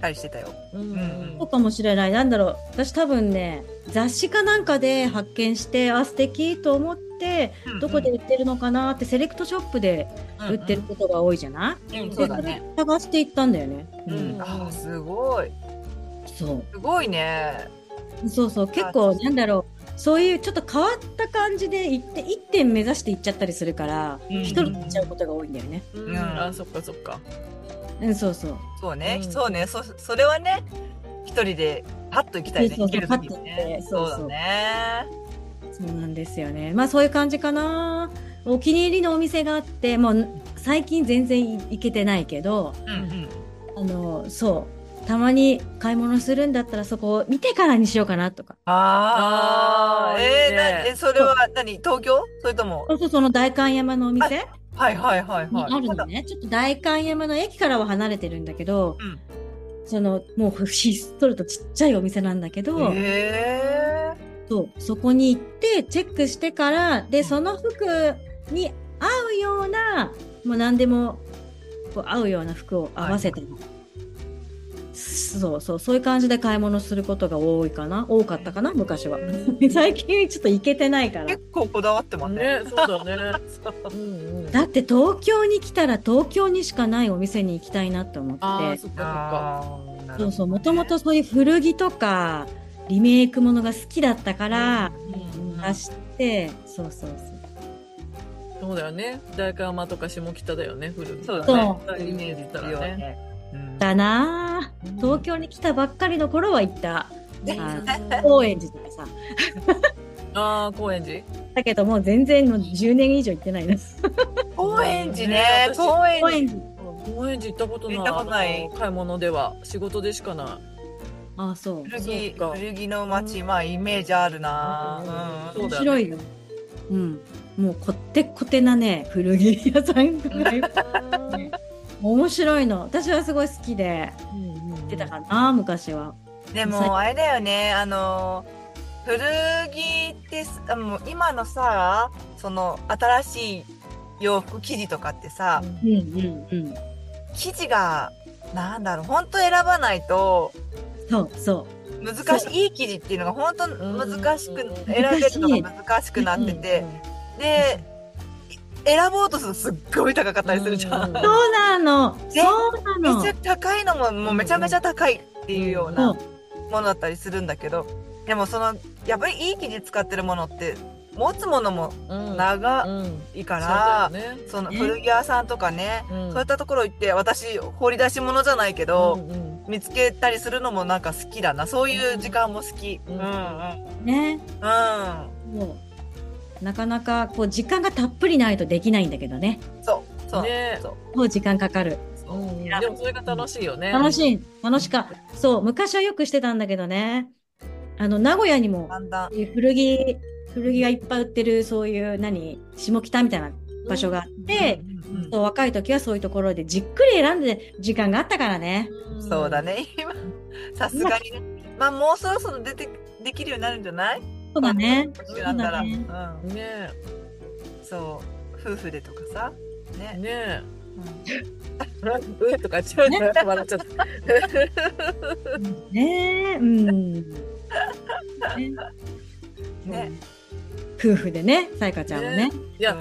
[SPEAKER 2] たりしてたよ
[SPEAKER 3] うんうん
[SPEAKER 1] そうかもしれない。なんだろう。私多分ね、雑誌かなんかで発見して、あ、素敵と思って、どこで売ってるのかなって、セレクトショップで売ってる、ことが多いじゃない、
[SPEAKER 2] うんうんうん
[SPEAKER 1] で
[SPEAKER 2] そうだね
[SPEAKER 1] れ探していったんだよね。
[SPEAKER 2] う
[SPEAKER 3] うん
[SPEAKER 2] ん、あーすごい
[SPEAKER 1] そ
[SPEAKER 2] すごいね
[SPEAKER 1] う。そうそう。結構、なんだろう。そういうちょっと変わった感じで行って、一点目指して行っちゃったりするから、
[SPEAKER 2] うん
[SPEAKER 1] 一人で行っちゃうことが多いんだよね。
[SPEAKER 3] うんあそっかそっか
[SPEAKER 1] うん、そうそう。
[SPEAKER 2] そうね、
[SPEAKER 3] うん
[SPEAKER 2] そうねそそれはね一人でパッと行きたいね
[SPEAKER 1] そうそう
[SPEAKER 2] 行ける時にね
[SPEAKER 1] パッと行
[SPEAKER 2] そ
[SPEAKER 1] って
[SPEAKER 2] うだね
[SPEAKER 1] そうなんですよね。まあそういう感じかな。お気に入りのお店があって、もう最近全然行けてないけど、
[SPEAKER 2] うんうん
[SPEAKER 1] あのそうたまに買い物するんだったらそこを見てからにしようかなとか。
[SPEAKER 2] ああ
[SPEAKER 3] あー
[SPEAKER 2] え
[SPEAKER 3] い
[SPEAKER 2] ー
[SPEAKER 3] いね
[SPEAKER 2] なえそれは何東京それとも
[SPEAKER 1] そうそう、その代官山のお店に
[SPEAKER 2] はいはいはいはい
[SPEAKER 1] あるのね。ちょっと代官山の駅からは離れてるんだけど、
[SPEAKER 2] うん
[SPEAKER 1] その、もうひっそりとちっちゃいお店なんだけど、
[SPEAKER 2] え
[SPEAKER 1] そうそこに行ってチェックしてから、で、その服に合うような、もう何でもこう合うような服を合わせて、そうそう、そういう感じで買い物することが多いかな、多かったかな、昔は。最近ちょっと行けてないか
[SPEAKER 2] ー、
[SPEAKER 1] ら
[SPEAKER 2] 結。構こだわってますね
[SPEAKER 3] ね、そうだね。うんうん。
[SPEAKER 1] だって東京に来たら東京にしかないお店に行きたいなと思って。
[SPEAKER 3] ああ、そっか
[SPEAKER 2] あーなるほどね
[SPEAKER 1] そうそう、もともとそういう古着とか、リメイクものが好きだったから、
[SPEAKER 3] うん
[SPEAKER 1] 出して、そうそうそう。
[SPEAKER 3] そっか。そうだよね。代官山とか下北だよね、古
[SPEAKER 2] そう
[SPEAKER 1] そう
[SPEAKER 2] だね
[SPEAKER 3] イメージしたらね。
[SPEAKER 2] うん
[SPEAKER 1] だなぁ。東京に来たばっかりの頃は行った。
[SPEAKER 2] ね
[SPEAKER 1] あ
[SPEAKER 3] うん
[SPEAKER 1] 高円寺とかさ。
[SPEAKER 3] ああ、高円寺
[SPEAKER 1] だけどもう全然もう10年以上行ってないです。
[SPEAKER 2] 高円寺ね
[SPEAKER 3] 私
[SPEAKER 2] 高円
[SPEAKER 1] 高
[SPEAKER 2] 寺
[SPEAKER 1] 円寺。
[SPEAKER 3] 高円寺行ったことない。
[SPEAKER 2] 行ったことない
[SPEAKER 3] あの買い物では。仕事でしかな
[SPEAKER 1] ああ、そう。
[SPEAKER 2] 古着
[SPEAKER 3] そうか
[SPEAKER 2] 古着の街まあイメージあるな
[SPEAKER 3] うん
[SPEAKER 1] 面
[SPEAKER 3] そうだよ
[SPEAKER 1] 白
[SPEAKER 3] ね
[SPEAKER 1] いよ。うん。もうこってこてなね、古着屋さんがいっぱい
[SPEAKER 3] い。
[SPEAKER 1] 面白いの。私はすごい好きで、行ってたかな、昔は。
[SPEAKER 2] で
[SPEAKER 1] 最
[SPEAKER 2] もあれだよねあの古着ってすあもう今のさその新しい洋服生地とかってさ
[SPEAKER 1] うんうんうん。
[SPEAKER 2] 生地がなんだろう本当選ばないと
[SPEAKER 1] そうそう。
[SPEAKER 2] 難し
[SPEAKER 1] そ
[SPEAKER 2] いいい生地っていうのが本当難しく
[SPEAKER 3] うん
[SPEAKER 2] 選べるのが難しくなっててで選ぼうとするとすっごい高かったりするじゃん。
[SPEAKER 3] うんう
[SPEAKER 1] そ
[SPEAKER 3] ん
[SPEAKER 1] うなの。
[SPEAKER 2] 全
[SPEAKER 1] そうなの。
[SPEAKER 2] めちゃ高いのももうめちゃめちゃ高いっていうよう
[SPEAKER 1] そ
[SPEAKER 2] な
[SPEAKER 1] う
[SPEAKER 2] ものだったりするんだけどでもそのやっぱりいい生地使ってるものって持つものも
[SPEAKER 3] うん
[SPEAKER 2] 長
[SPEAKER 3] うん
[SPEAKER 2] いから、
[SPEAKER 3] そうだよね
[SPEAKER 2] その
[SPEAKER 1] ね
[SPEAKER 2] 古着屋さんとかね、
[SPEAKER 3] うん
[SPEAKER 2] そういったところ行って私掘り出し物じゃないけ
[SPEAKER 3] う
[SPEAKER 2] ど、
[SPEAKER 3] んうん
[SPEAKER 2] 見つけたりするのもなんか好きだなそういう時間も好き。う
[SPEAKER 3] うんん
[SPEAKER 2] うんうん
[SPEAKER 1] ね。もう、なかなか、こう、時間がたっぷりないとできないんだけどね。
[SPEAKER 2] そうそう、
[SPEAKER 3] ね
[SPEAKER 2] そう
[SPEAKER 1] もう時間かかる。
[SPEAKER 3] うんうんでもそれが楽しいよね
[SPEAKER 1] 楽
[SPEAKER 3] い
[SPEAKER 1] しい。楽しか。そう、昔はよくしてたんだけどね。あの、名古屋にも、
[SPEAKER 2] だんだん
[SPEAKER 1] 古着、古着がいっぱい売ってる、そういう、何、下北みたいな場所があって、
[SPEAKER 2] うん
[SPEAKER 1] そう若い時はそういうところでじっくり選んで時間があったからね。
[SPEAKER 2] そうだね今さすがにねまあもうそろそろ出てできるようになるんじゃない
[SPEAKER 1] そうだ ね。
[SPEAKER 2] 大きくなったら、
[SPEAKER 1] そう
[SPEAKER 2] う
[SPEAKER 3] ね
[SPEAKER 2] ん、そう夫婦でとかさね、
[SPEAKER 3] ね
[SPEAKER 2] うん
[SPEAKER 3] うんとかちょっと笑っちゃった
[SPEAKER 1] ねえ、うん。ね
[SPEAKER 2] ね
[SPEAKER 1] 夫婦でね、さやかちゃんはね。
[SPEAKER 3] いや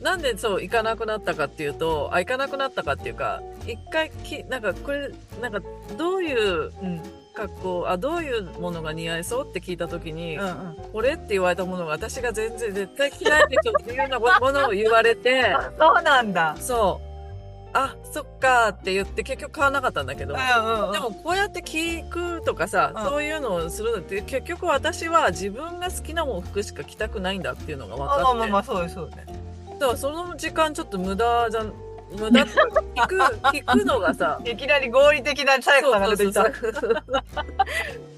[SPEAKER 3] なんでそう行かなくなったかっていうとあ行かなくなったかっていうか一回きなんかこれなんかどういう
[SPEAKER 2] うん、うん
[SPEAKER 3] 格好あどういうものが似合いそうって聞いた時に、
[SPEAKER 2] うん
[SPEAKER 3] これって言われたものが私が全然絶対着ないでしょっていうようなものを言われて
[SPEAKER 2] あそうなんだ
[SPEAKER 3] そう。あ、そっかーって言って結局買わなかったんだけど。
[SPEAKER 2] うんうん
[SPEAKER 3] でもこうやって聞くとかさ、
[SPEAKER 2] うん
[SPEAKER 3] そういうのをするのって結局私は自分が好きなも服しか着たくないんだっていうのが分
[SPEAKER 2] あまあまあま
[SPEAKER 3] かっ
[SPEAKER 2] あそうですそうです
[SPEAKER 3] て。だからその時間ちょっと無駄じゃん、無駄って聞く、聞くの がさ、
[SPEAKER 2] いきなり合理的な最後さんが出てきた
[SPEAKER 3] そうそうそう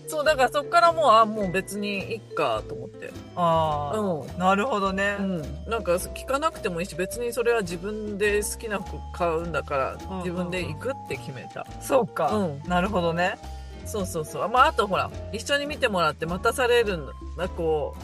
[SPEAKER 3] そうだからそっからもう、あ、もう別にいっかと思って。
[SPEAKER 2] ああ、
[SPEAKER 3] う
[SPEAKER 2] なるほどね、
[SPEAKER 3] ん。うん。なんか聞かなくてもいいし、別にそれは自分で好きな服買うんだか
[SPEAKER 2] うん
[SPEAKER 3] ら、自分で行くって決めた。
[SPEAKER 2] そうか、
[SPEAKER 3] うん。
[SPEAKER 2] なるほどね
[SPEAKER 3] そうそうそう。まあ、あとほら、一緒に見てもらって待たされるの、まあこ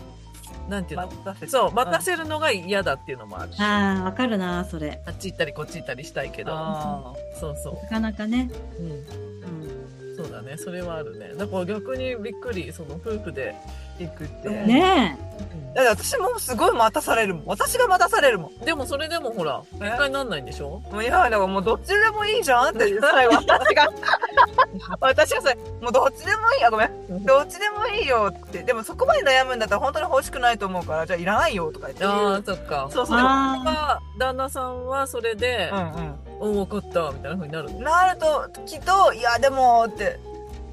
[SPEAKER 3] う、なんていうの
[SPEAKER 2] 待たせて
[SPEAKER 3] そう、待たせるのが嫌だっていうのもあるし、あ
[SPEAKER 1] ああ、わかるな、それ。
[SPEAKER 3] っち行ったりこっち行ったりしたいけ
[SPEAKER 2] うん
[SPEAKER 3] ど、
[SPEAKER 2] あ
[SPEAKER 3] そうそ
[SPEAKER 1] なかなかね。
[SPEAKER 3] う。うん。そうだね、それはあるね。だから逆にびっくり、その夫婦で。
[SPEAKER 2] ー行くって、
[SPEAKER 3] うん
[SPEAKER 1] ね
[SPEAKER 2] だって私もすごい待たされるもん私が待たされるもん
[SPEAKER 3] でもそれでもほら、一回なんないんでしょ
[SPEAKER 2] もういやだからもうどっちでもいいじゃんって言ったら 私が私がそれもうどっちでもいいあごめんどっちでもいいよってでもそこまで悩むんだったら本当に欲しくないと思うからじゃあいらないよとか言って
[SPEAKER 3] ああ、そっか。
[SPEAKER 2] そう
[SPEAKER 1] え。
[SPEAKER 2] そう
[SPEAKER 1] ああ、
[SPEAKER 3] まあ、旦那さんはそれで、
[SPEAKER 2] う
[SPEAKER 3] うん、分かった、みたいな風になる
[SPEAKER 2] んうん、なるときっといやでもって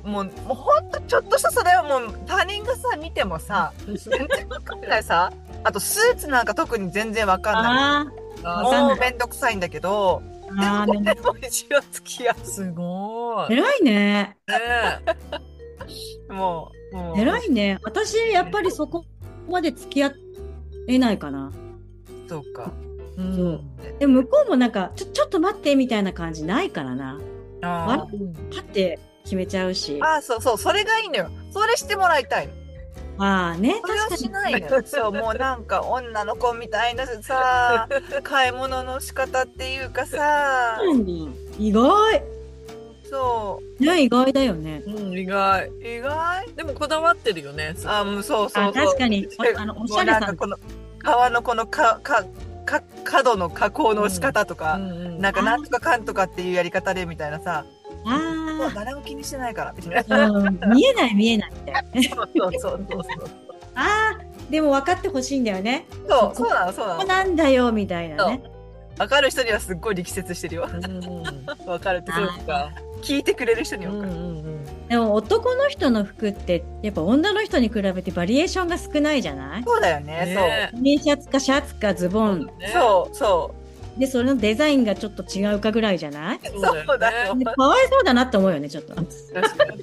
[SPEAKER 2] もうもうほんとちょっとしたそれはもう他人がさ見てもさ全然わかんないさあとスーツなんか特に全然わかんない
[SPEAKER 1] あ
[SPEAKER 3] あ
[SPEAKER 1] わかん
[SPEAKER 2] も
[SPEAKER 1] な
[SPEAKER 2] う
[SPEAKER 1] い
[SPEAKER 2] めんどくさいんだけど
[SPEAKER 1] あ、ああ、でも
[SPEAKER 2] でも一応付き合う
[SPEAKER 3] すご ごい。ね
[SPEAKER 1] 偉いね。
[SPEAKER 3] え
[SPEAKER 2] もう、もう。
[SPEAKER 1] 偉いね。私、やっぱりそこまで付き合えないかな。
[SPEAKER 2] そうか。
[SPEAKER 1] そうで、向こうもなんか、ちょ、ちょっと待って、みたいな感じないからな。
[SPEAKER 2] あ
[SPEAKER 1] パって決めちゃうし
[SPEAKER 2] ー。あー、そうそう、それがいいのよ。それしてもらいたいの。
[SPEAKER 1] まあね、
[SPEAKER 2] それ
[SPEAKER 1] 確
[SPEAKER 2] は
[SPEAKER 1] か
[SPEAKER 2] し
[SPEAKER 1] に。
[SPEAKER 2] ないのよ。そう、もうなんか女の子みたいなさ、買い物の仕方っていうかさ、
[SPEAKER 1] 意外。
[SPEAKER 2] そ
[SPEAKER 1] ね、意外だよね。
[SPEAKER 3] うん、意外。
[SPEAKER 2] う、意外
[SPEAKER 3] でもこだわってるよね。すごい
[SPEAKER 2] あ、もうそうそうそう。
[SPEAKER 1] あ確かにおあのおしゃれさん
[SPEAKER 2] もうなんかこの、川のこのか、か、か、角の加工の仕方とか、
[SPEAKER 3] うん
[SPEAKER 2] なんかなんとかかんとかっていうやり方でみたいなさ、もう
[SPEAKER 1] あ
[SPEAKER 2] 誰も気にしてないから、みたいな。
[SPEAKER 1] あ、うん見えない見えないみたいな。
[SPEAKER 2] そうそうそうそう。
[SPEAKER 1] ああ、でも分かってほしいんだよね。
[SPEAKER 2] そう、そうなの、そうな
[SPEAKER 1] ここ
[SPEAKER 2] の。
[SPEAKER 1] なんだよ、みたいなね。
[SPEAKER 2] わかる人にはすっごい力説してるよ。
[SPEAKER 3] う
[SPEAKER 2] わかるって
[SPEAKER 1] そう
[SPEAKER 2] か。聞いてくれる人に
[SPEAKER 3] ん
[SPEAKER 2] は
[SPEAKER 3] う
[SPEAKER 2] わ
[SPEAKER 3] ん
[SPEAKER 2] かる。
[SPEAKER 3] うん
[SPEAKER 1] でも男の人の服って、やっぱ女の人に比べてバリエーションが少ないじゃない
[SPEAKER 2] そうだよね、
[SPEAKER 3] ね
[SPEAKER 1] ?T シャツかシャツかズボン。
[SPEAKER 2] そう。そ
[SPEAKER 3] ね
[SPEAKER 2] う、そ
[SPEAKER 1] で、それのデザインがちょっと違うかぐらいじゃないで
[SPEAKER 2] う。
[SPEAKER 3] そうだよね
[SPEAKER 2] そうだよ。
[SPEAKER 1] かわいそうだなって思うよね、ちょっと。
[SPEAKER 3] 確かに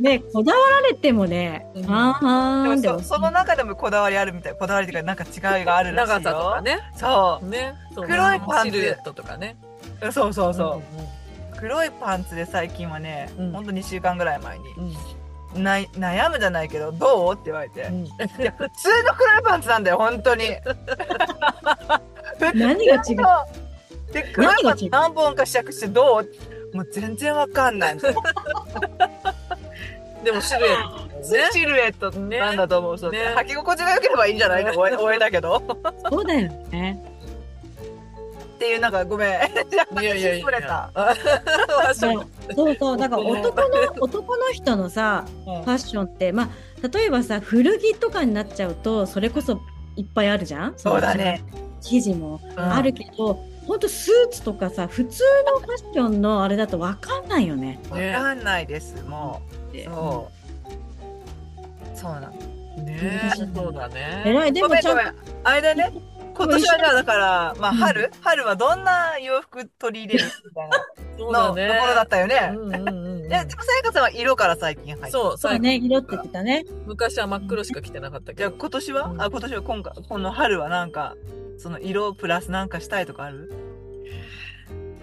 [SPEAKER 1] ね、こだわられてもね、
[SPEAKER 3] うん
[SPEAKER 1] あーはーんで
[SPEAKER 2] でも
[SPEAKER 1] も
[SPEAKER 2] そ、その中でもこだわりあるみたい。こだわりというか、なんか違いがあるらしいよ。
[SPEAKER 3] 長さとかね。
[SPEAKER 2] そ
[SPEAKER 3] ね。そう
[SPEAKER 2] 黒いパンツ
[SPEAKER 3] シルエットとかね。
[SPEAKER 2] う。そうそうそ。
[SPEAKER 3] そう
[SPEAKER 2] 黒いパンツで最近はね、
[SPEAKER 3] うん
[SPEAKER 2] ほんと2週間ぐらい前に、
[SPEAKER 3] うん。うん
[SPEAKER 2] ない悩むじゃないけど、どうって言われて。
[SPEAKER 3] うん
[SPEAKER 2] いや、普通の黒いパンツなんだよ、本当に。
[SPEAKER 1] 何が違う
[SPEAKER 2] うで、黒いパ
[SPEAKER 1] 何が
[SPEAKER 2] ンツ
[SPEAKER 1] 違う
[SPEAKER 2] 何本か試着してどうもう全然わかん ない。
[SPEAKER 3] でもシルエットね。
[SPEAKER 2] シルエットなんだと思う。そう
[SPEAKER 3] ね
[SPEAKER 2] 履き心地が良ければいいんじゃ ないのおえおえだけど。
[SPEAKER 1] そうだよね。
[SPEAKER 2] っていう、なんかごめん。
[SPEAKER 3] いやいやいや
[SPEAKER 2] それた。
[SPEAKER 3] そう
[SPEAKER 1] そうそうそうだから
[SPEAKER 3] ね
[SPEAKER 1] 男の男の人のさファッションってまあ例えばさ古着とかになっちゃうとそれこそいっぱいあるじゃん
[SPEAKER 2] そうだね。
[SPEAKER 1] 生地も
[SPEAKER 2] うん
[SPEAKER 1] あるけど、ほんとスーツとかさ普通のファッションのあれだと分かんないよね
[SPEAKER 2] わかんないです、もう。
[SPEAKER 1] ね
[SPEAKER 2] そう。そうなの。
[SPEAKER 3] ねそうだね。
[SPEAKER 1] 偉いで
[SPEAKER 2] ご
[SPEAKER 1] も
[SPEAKER 2] めん
[SPEAKER 1] ちゃ
[SPEAKER 2] ご
[SPEAKER 1] ん
[SPEAKER 2] め
[SPEAKER 1] と
[SPEAKER 2] ん。あれだね。今年はじゃあだから、まあ
[SPEAKER 1] うん
[SPEAKER 2] 春、春はどんな洋服取り入れるみたいな
[SPEAKER 3] そ
[SPEAKER 2] の
[SPEAKER 3] うだ
[SPEAKER 2] とこ
[SPEAKER 3] ね。
[SPEAKER 2] ろだったよね。
[SPEAKER 3] うんうんうん
[SPEAKER 2] いや、でもさやかさんは色から最近入って。
[SPEAKER 3] そう、
[SPEAKER 1] そう
[SPEAKER 3] 最
[SPEAKER 1] ね
[SPEAKER 3] 近
[SPEAKER 1] 色って言ってたね
[SPEAKER 3] 昔は真っ黒しか着てなかった
[SPEAKER 2] じ
[SPEAKER 3] け
[SPEAKER 2] ゃあ
[SPEAKER 3] ど。
[SPEAKER 2] 今年は、
[SPEAKER 3] うん
[SPEAKER 2] あ、今年は今回、この春はなんか、その色プラスなんかしたいとかある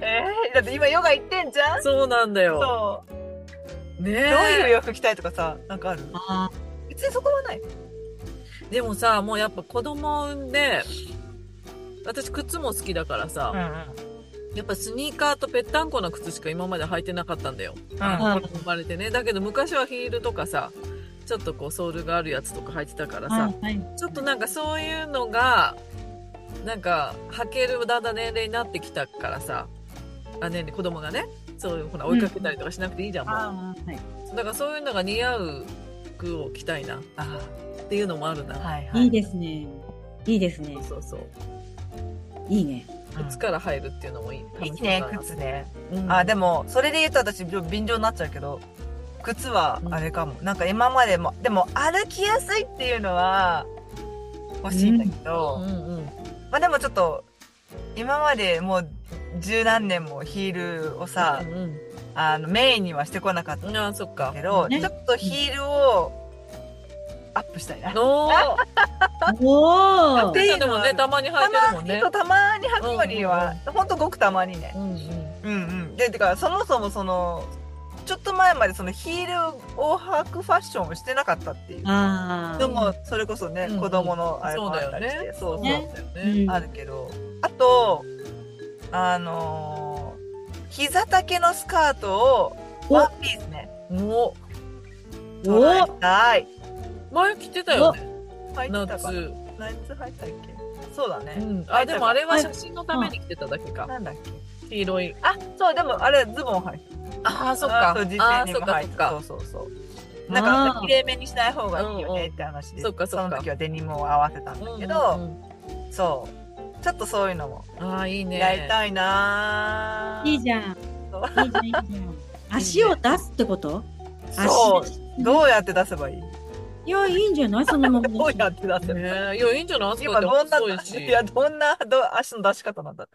[SPEAKER 2] えー、だって今ヨガ行ってんじゃん
[SPEAKER 3] そうなんだよ。
[SPEAKER 2] そう。どうい
[SPEAKER 3] ね
[SPEAKER 2] う
[SPEAKER 3] え。
[SPEAKER 2] 洋服着たいとかさ、なんかある
[SPEAKER 1] あ
[SPEAKER 2] 別にそこはない。
[SPEAKER 3] でもさ、もうやっぱ子供産んで、私靴も好きだからさ、やっぱスニーカーとぺったんこな靴しか今まで履いてなかったんだよ。
[SPEAKER 2] うん
[SPEAKER 1] うん
[SPEAKER 3] 生まれてね。だけど昔はヒールとかさ、ちょっとこうソールがあるやつとか履いてたから
[SPEAKER 1] あ
[SPEAKER 3] さ、
[SPEAKER 1] はい
[SPEAKER 3] ちょっとなんかそういうのが、なんか履けるだんだん年齢になってきたからさ、あ、年齢、子供がね、そういうほら追いかけたりとかしなくていいじゃん、もう
[SPEAKER 1] あはい
[SPEAKER 3] だからそういうのが似合う服を着たいなっ
[SPEAKER 2] あ
[SPEAKER 3] ていうのもあるな。
[SPEAKER 2] ーはいはい。
[SPEAKER 1] いいですねいいですね
[SPEAKER 3] そうそう。
[SPEAKER 1] いいね
[SPEAKER 2] うん
[SPEAKER 3] 靴から入るっていうのもいい。
[SPEAKER 2] いいね、靴ね。
[SPEAKER 3] うん。
[SPEAKER 2] あ、でも、それで言うと私、びょ便乗になっちゃうけど、靴はあれかも。なんか今までも、でも歩きやすいっていうのは欲しいんだけど、
[SPEAKER 3] うんうん。
[SPEAKER 2] まあでもちょっと、今までもう十何年もヒールをさ
[SPEAKER 3] う、ん
[SPEAKER 2] あの、メインにはしてこなかった
[SPEAKER 3] うん。あー、そっか
[SPEAKER 2] け。ど、
[SPEAKER 1] ね
[SPEAKER 2] ちょっとヒールをアップしたいな。
[SPEAKER 3] のー。
[SPEAKER 1] おお
[SPEAKER 2] で
[SPEAKER 3] ででもね、たまに履いてるもんね
[SPEAKER 2] そう。たまに履くよりは、ほんとごくたまにね。
[SPEAKER 3] うんうん。
[SPEAKER 2] うんうん。で、てか、そもそもその、ちょっと前までそのヒールを履くファッションをしてなかったっていう。
[SPEAKER 1] あ
[SPEAKER 2] でも、それこそね、
[SPEAKER 3] うん
[SPEAKER 2] 子供のあれ
[SPEAKER 3] そう
[SPEAKER 2] もあ
[SPEAKER 3] だ
[SPEAKER 2] った
[SPEAKER 3] よ
[SPEAKER 2] りして、
[SPEAKER 3] ね。
[SPEAKER 2] そうそう。
[SPEAKER 1] ねあ、
[SPEAKER 3] だよ
[SPEAKER 1] う
[SPEAKER 3] ね。
[SPEAKER 1] ん、
[SPEAKER 2] あるけど、あと、あのー膝丈のスカートを、
[SPEAKER 1] お
[SPEAKER 2] ワンピースね、
[SPEAKER 3] も
[SPEAKER 1] お
[SPEAKER 2] 捉えたい。
[SPEAKER 3] う、前着てたよね。
[SPEAKER 2] 入ってたかな
[SPEAKER 3] 夏。
[SPEAKER 2] 夏入ったっけそうだ
[SPEAKER 3] う
[SPEAKER 2] ね。
[SPEAKER 3] ん。あ、でもあれは写真のために着てただけか。
[SPEAKER 2] なんだっけ
[SPEAKER 3] 黄色い。
[SPEAKER 2] あ、そう、でもあれズボン入って
[SPEAKER 3] ああ、そっ
[SPEAKER 2] あ
[SPEAKER 3] か。
[SPEAKER 2] そう、実
[SPEAKER 3] あ
[SPEAKER 2] 際
[SPEAKER 3] あ、
[SPEAKER 2] に
[SPEAKER 3] そっ
[SPEAKER 2] も
[SPEAKER 3] か、
[SPEAKER 2] 入っ
[SPEAKER 3] そってか
[SPEAKER 2] そ。うそうそう。なん
[SPEAKER 1] あ
[SPEAKER 2] か、
[SPEAKER 1] ー
[SPEAKER 2] きれいめにしない方がいいよねって話で、
[SPEAKER 3] うんうんそっかそっか
[SPEAKER 2] の時はデニムを合わせたんだけ
[SPEAKER 3] うんう
[SPEAKER 2] ど、
[SPEAKER 3] んうん
[SPEAKER 2] そう。ちょっとそういうのも
[SPEAKER 3] ああ、いいね。
[SPEAKER 2] やりたいなぁ
[SPEAKER 1] いいじゃん。いいじゃん、いいじゃん。足を出すってこと
[SPEAKER 2] そ
[SPEAKER 1] 足
[SPEAKER 2] う。どうやって出せばいい
[SPEAKER 1] いや、いいんじゃないそのまま
[SPEAKER 2] どうやって出せばいい
[SPEAKER 3] ねえいや、いいんじゃない
[SPEAKER 2] 今どんな、
[SPEAKER 3] 細いし。
[SPEAKER 2] いや、どんなど足の出し方なんだ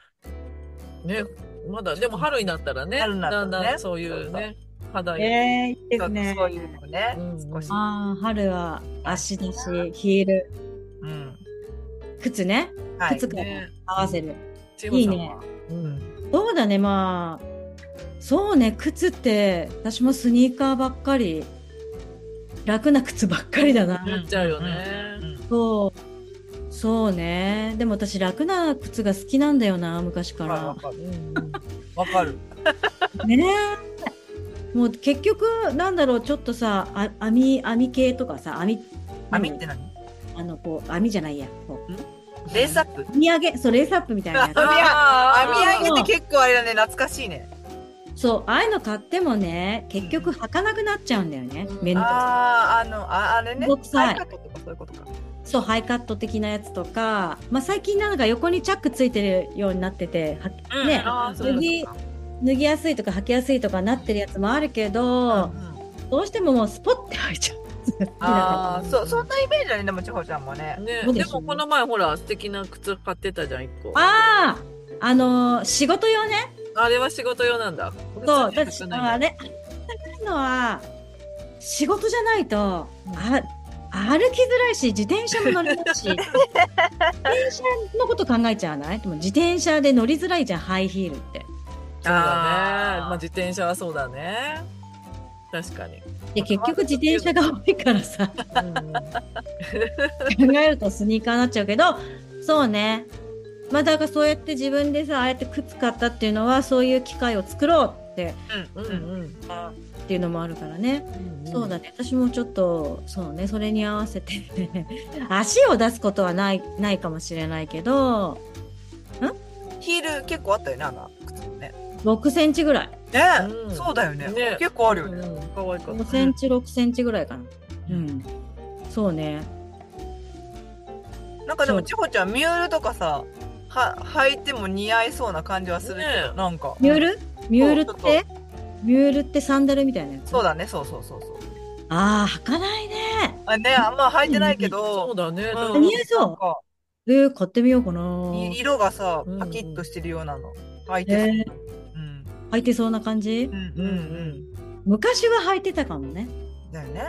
[SPEAKER 3] ね、まだ、でも春になったらね、
[SPEAKER 2] 春になったら
[SPEAKER 3] だ
[SPEAKER 2] ね
[SPEAKER 3] んだんそういうね、肌色、
[SPEAKER 1] えー、いいですね
[SPEAKER 2] ちょっとそういうのね、
[SPEAKER 3] うん
[SPEAKER 2] 少し、
[SPEAKER 1] ああ春は足だしヒール
[SPEAKER 2] うん、
[SPEAKER 1] 靴ね
[SPEAKER 2] はい
[SPEAKER 1] 靴、から
[SPEAKER 3] ね
[SPEAKER 1] 合わせる、
[SPEAKER 3] 千
[SPEAKER 1] いい
[SPEAKER 3] 穂さん
[SPEAKER 1] ね
[SPEAKER 3] はうん。
[SPEAKER 1] そうだねまあそうね靴って私もスニーカーばっかり楽な靴ばっかりだな、
[SPEAKER 3] なっちゃうよね。
[SPEAKER 2] うん
[SPEAKER 1] そうそうねでも私楽な靴が好きなんだよな昔か
[SPEAKER 2] はいわ
[SPEAKER 1] ら
[SPEAKER 2] かる
[SPEAKER 3] うん
[SPEAKER 2] わかる
[SPEAKER 1] ねえもう結局なんだろうちょっとさあ網網系とかさ網
[SPEAKER 2] 網って何
[SPEAKER 1] あのこう網じゃないやこう
[SPEAKER 2] レースアップ
[SPEAKER 1] 網上げそうレースアップみたいなやつ
[SPEAKER 2] 網
[SPEAKER 3] あー
[SPEAKER 2] 網上げって結構あれだね懐かしいね
[SPEAKER 1] そう、ああいうの買ってもね、結局履かなくなっちゃうんだよね。
[SPEAKER 3] うん
[SPEAKER 1] めんどくさ
[SPEAKER 2] あああのああれね
[SPEAKER 1] めんどくさい
[SPEAKER 2] ハイカットとかそういうことか
[SPEAKER 1] いそう、ハイカット的なやつとか、まあ最近なんか横にチャックついてるようになってて、は
[SPEAKER 3] うん
[SPEAKER 1] ね、
[SPEAKER 3] あーそういう
[SPEAKER 1] 脱ぎ、脱ぎやすいとか履きやすいとかなってるやつもあるけど、
[SPEAKER 2] うん
[SPEAKER 1] どうしてももうスポッて履いちゃう。
[SPEAKER 2] ああそうそんなイメージだねでも千穂ちゃんもね
[SPEAKER 3] ね
[SPEAKER 1] そうで
[SPEAKER 3] です
[SPEAKER 1] よ
[SPEAKER 3] もこの前ほら、素敵な靴買ってたじゃん、一個。
[SPEAKER 1] あああのー仕事用ね。
[SPEAKER 3] あれは仕事用なんだ。
[SPEAKER 1] そう、
[SPEAKER 3] 靴に
[SPEAKER 1] 私、
[SPEAKER 3] は履かないん
[SPEAKER 1] あれ、高いのは、仕事じゃないと、あ歩きづらいし、自転車も乗れ ないし、自転車のこと考えちゃわないでも自転車で乗りづらいじゃん、ハイヒールって。
[SPEAKER 3] そうだね。
[SPEAKER 2] あー
[SPEAKER 3] まあ、自転車はそうだね。確かに。
[SPEAKER 1] で、結局自転車が多いからさ、考えるとスニーカーになっちゃうけど、そうね。まあ、だからそうやって自分でさ、ああやって靴買ったっていうのは、そういう機会を作ろうって、
[SPEAKER 2] う
[SPEAKER 3] うんん
[SPEAKER 2] うん
[SPEAKER 3] うん
[SPEAKER 1] っていうのもあるからね。
[SPEAKER 3] うん。
[SPEAKER 1] そうだね私もちょっとそうねそれに合わせて 足を出すことはないないかもしれないけど
[SPEAKER 2] ヒール結構あったよねあの靴もね
[SPEAKER 1] 6センチぐらい
[SPEAKER 2] ね
[SPEAKER 3] うん
[SPEAKER 2] そうだよね
[SPEAKER 3] ね
[SPEAKER 2] 結構あるよ
[SPEAKER 3] う
[SPEAKER 2] ね
[SPEAKER 3] ん。かわいかっ
[SPEAKER 1] 5
[SPEAKER 3] た。
[SPEAKER 1] センチ6センチぐらいかなう
[SPEAKER 2] うん
[SPEAKER 1] そうね
[SPEAKER 2] なんかでも
[SPEAKER 1] そう
[SPEAKER 2] 千穂ちゃんミュールとかさは履いても似合いそうな感じはするけど、
[SPEAKER 3] ね
[SPEAKER 2] なんか
[SPEAKER 1] ミュールミュールっ
[SPEAKER 2] そうそう
[SPEAKER 1] てミュールってサンダルみたいなやつ
[SPEAKER 2] そうだねそうそうそうそう
[SPEAKER 1] ああ履かないね
[SPEAKER 2] あねあんま履いてないけど
[SPEAKER 3] そうだね。
[SPEAKER 2] うん
[SPEAKER 3] うん
[SPEAKER 1] 似合いそう
[SPEAKER 2] なんか
[SPEAKER 1] えー、買ってみようかない
[SPEAKER 2] 色がさ
[SPEAKER 3] うん
[SPEAKER 2] パキッとしてるようなの履いてそう、
[SPEAKER 1] へえ
[SPEAKER 2] うん
[SPEAKER 1] 履いてそうな感じ
[SPEAKER 2] うん
[SPEAKER 3] う
[SPEAKER 2] うんんう
[SPEAKER 3] う
[SPEAKER 2] ん
[SPEAKER 3] ん。
[SPEAKER 1] 昔は履いてたかもね
[SPEAKER 2] だよね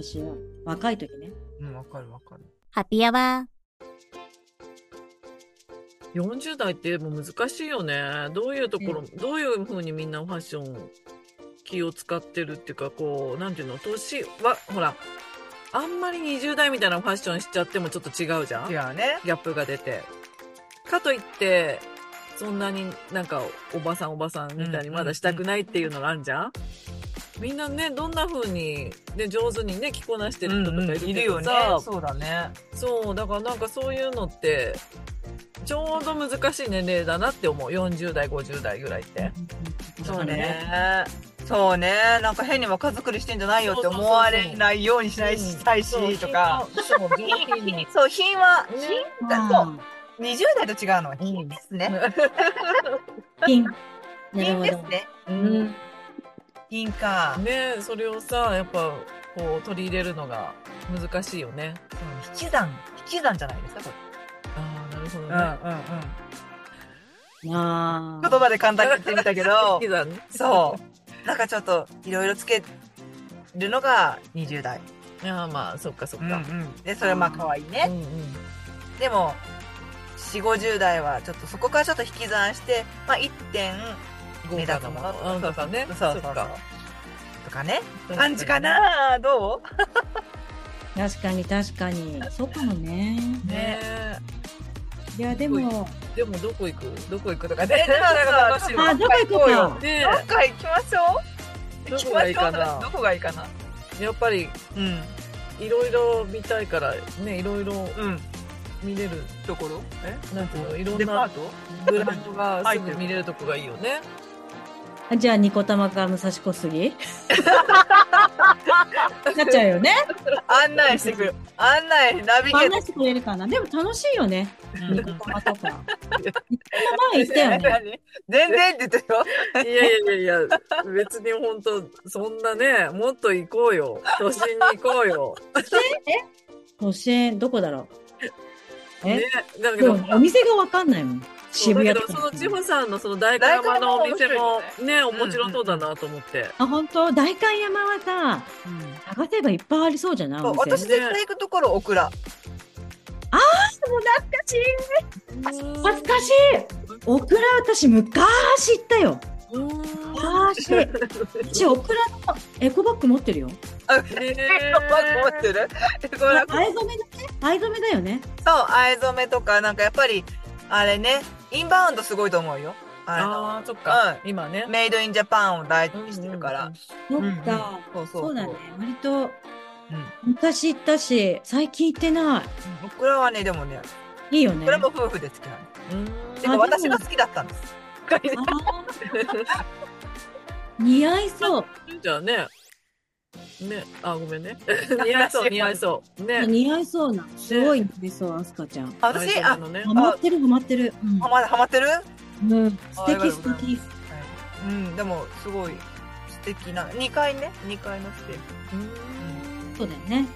[SPEAKER 1] 私は若い時ね
[SPEAKER 2] うんわかるわかる
[SPEAKER 4] ハッピーアワ
[SPEAKER 3] 40代ってもう難しいよね。どういうところ、どういうふうにみんなファッション気を使ってるっていうか、こう、なんていうの、年は、ほら、あんまり20代みたいなファッションしちゃってもちょっと違うじゃん
[SPEAKER 2] 違うね
[SPEAKER 3] ギャップが出て。かといって、そんなになんかおばさんおばさんみたいにまだしたくないっていうのがあるじゃんみんなね、どんな風に、ね、上手にね、着こなしてる人とかいる
[SPEAKER 2] いる
[SPEAKER 3] け
[SPEAKER 2] よ
[SPEAKER 3] ど
[SPEAKER 2] ね
[SPEAKER 3] さ、
[SPEAKER 2] そうだね
[SPEAKER 3] そう、だからなんかそういうのって、ちょうど難しい年齢だなって思う。40代、50代ぐらいって。
[SPEAKER 2] そうねそうねなんか変に若作りしてんじゃないよって
[SPEAKER 3] そうそうそう
[SPEAKER 2] 思
[SPEAKER 3] そう
[SPEAKER 2] われないようにしない
[SPEAKER 3] うん
[SPEAKER 2] ししたいしとか。
[SPEAKER 3] そう、上品な
[SPEAKER 2] そう品は
[SPEAKER 3] ね
[SPEAKER 2] 品
[SPEAKER 1] あ
[SPEAKER 2] だ
[SPEAKER 1] ー
[SPEAKER 2] そう20代と違うのは品ですね
[SPEAKER 1] 金なる
[SPEAKER 2] 品
[SPEAKER 1] ほ
[SPEAKER 2] です
[SPEAKER 1] ど
[SPEAKER 2] ね
[SPEAKER 1] うん
[SPEAKER 2] 品か
[SPEAKER 3] ねそれをさ、やっぱ、こう、取り入れるのが難しいよね。
[SPEAKER 2] 引き算引き算じゃないですかこ
[SPEAKER 3] ああ、なるほど
[SPEAKER 2] れ
[SPEAKER 3] ね。
[SPEAKER 1] あ
[SPEAKER 2] 言葉で簡単に言ってみたけ ど
[SPEAKER 3] だね。
[SPEAKER 2] そうなんかちょっといろいろつけるのが20代、
[SPEAKER 3] う。いや、まあ、そっかそっ
[SPEAKER 2] うんう
[SPEAKER 3] か。
[SPEAKER 2] んでそれはまあ可愛いね
[SPEAKER 3] う、んうん。
[SPEAKER 2] でも4 5 0代はちょっとそこからちょっと引き算して、まあ、1点
[SPEAKER 3] 豪華なも
[SPEAKER 2] 目立つもの
[SPEAKER 3] の。うん、とかね。
[SPEAKER 2] そうそうそ
[SPEAKER 3] そっ
[SPEAKER 2] う
[SPEAKER 3] か
[SPEAKER 2] とかね感じか。などう
[SPEAKER 1] 確かに確かにそうかもね
[SPEAKER 3] ね
[SPEAKER 1] いやで
[SPEAKER 3] う
[SPEAKER 1] も
[SPEAKER 3] でも、どこ行くどこ行くとか
[SPEAKER 2] え
[SPEAKER 3] ね。
[SPEAKER 2] な んか
[SPEAKER 1] あどこ行こうか
[SPEAKER 3] ね
[SPEAKER 2] どっか行きましょう
[SPEAKER 3] ど
[SPEAKER 2] 行
[SPEAKER 3] こ
[SPEAKER 2] き
[SPEAKER 3] が
[SPEAKER 2] ま
[SPEAKER 3] いい
[SPEAKER 2] しょ
[SPEAKER 3] か
[SPEAKER 2] う
[SPEAKER 3] な
[SPEAKER 2] どこがいいかな
[SPEAKER 3] やっぱり、
[SPEAKER 2] うん
[SPEAKER 3] いろいろ見たいから、ね、いろいろ
[SPEAKER 2] うん
[SPEAKER 3] 見れる。
[SPEAKER 2] ところえ
[SPEAKER 3] なんていうの、いろん
[SPEAKER 2] デパー
[SPEAKER 3] な
[SPEAKER 2] ト
[SPEAKER 3] ブランドがすぐ見れるとこがいいよね。
[SPEAKER 1] じゃあニコ玉か武蔵小杉なっちゃうよね
[SPEAKER 2] 案内してくる案内ナビゲー
[SPEAKER 1] 案
[SPEAKER 2] ト
[SPEAKER 1] 内してくれるかなでも楽しいよね
[SPEAKER 2] うん
[SPEAKER 1] ニコ玉とか前行ったよね
[SPEAKER 2] 何全然って言ってるよ
[SPEAKER 3] いやいやいやいや、別に本当そんなね、もっと行こうよ。都心に行こうよ。
[SPEAKER 1] 甲子園どこだろうえ
[SPEAKER 3] ね、だけ
[SPEAKER 1] で
[SPEAKER 3] ど、
[SPEAKER 1] もお店がわかんないもん渋谷
[SPEAKER 3] だ
[SPEAKER 1] と
[SPEAKER 3] けど、
[SPEAKER 1] か
[SPEAKER 3] その千穂さんのその大官山のお店も
[SPEAKER 2] 大
[SPEAKER 3] ね、面白そうだなと思って。
[SPEAKER 1] あ本当代官山はさ探せばいっぱいありそうじゃない
[SPEAKER 2] そう
[SPEAKER 1] お
[SPEAKER 2] 私
[SPEAKER 1] 店
[SPEAKER 2] 絶対行くところオクラ
[SPEAKER 1] もう懐かしい
[SPEAKER 3] 懐
[SPEAKER 1] 懐かしいオクラ私昔行ったよ昔 私オクラのエコバッグ持ってるよ
[SPEAKER 2] あ
[SPEAKER 3] え
[SPEAKER 2] 結構バッグ持ってるこれ
[SPEAKER 1] 藍染めだね藍染めだよね
[SPEAKER 2] そう藍染めとかなんかやっぱりあれねインバウンドすごいと思うよあ
[SPEAKER 3] ああ、そっか。今ね
[SPEAKER 2] の。メイドインジャパンを大事にしてるから、
[SPEAKER 1] そ
[SPEAKER 2] うん
[SPEAKER 1] っか、
[SPEAKER 2] そうそう
[SPEAKER 1] そうだね割と
[SPEAKER 2] うん
[SPEAKER 1] 昔行ったし最近行ってな
[SPEAKER 2] 僕らはねでもね
[SPEAKER 1] いいいよね
[SPEAKER 2] これも夫婦で好きなの
[SPEAKER 3] う
[SPEAKER 2] て
[SPEAKER 3] ん
[SPEAKER 1] あ
[SPEAKER 2] か
[SPEAKER 1] でも
[SPEAKER 2] 私が好きだったんです
[SPEAKER 1] あー似合いそう
[SPEAKER 3] じゃあね。ね、あ、ごめんね。似合いそう、似合いそう。ね。
[SPEAKER 1] 似合いそうなすごい似合いそうアスカちゃん
[SPEAKER 2] あ私
[SPEAKER 3] あ
[SPEAKER 2] あ
[SPEAKER 3] のね
[SPEAKER 1] ハ。マってるハマってる
[SPEAKER 2] ハマハマってる
[SPEAKER 1] うん、うん、素
[SPEAKER 2] ありがと
[SPEAKER 1] 敵
[SPEAKER 2] うご
[SPEAKER 1] 素
[SPEAKER 2] ざいます
[SPEAKER 1] 敵
[SPEAKER 2] うんでもすごい素敵な2階ね2階のステージ
[SPEAKER 1] そうだよね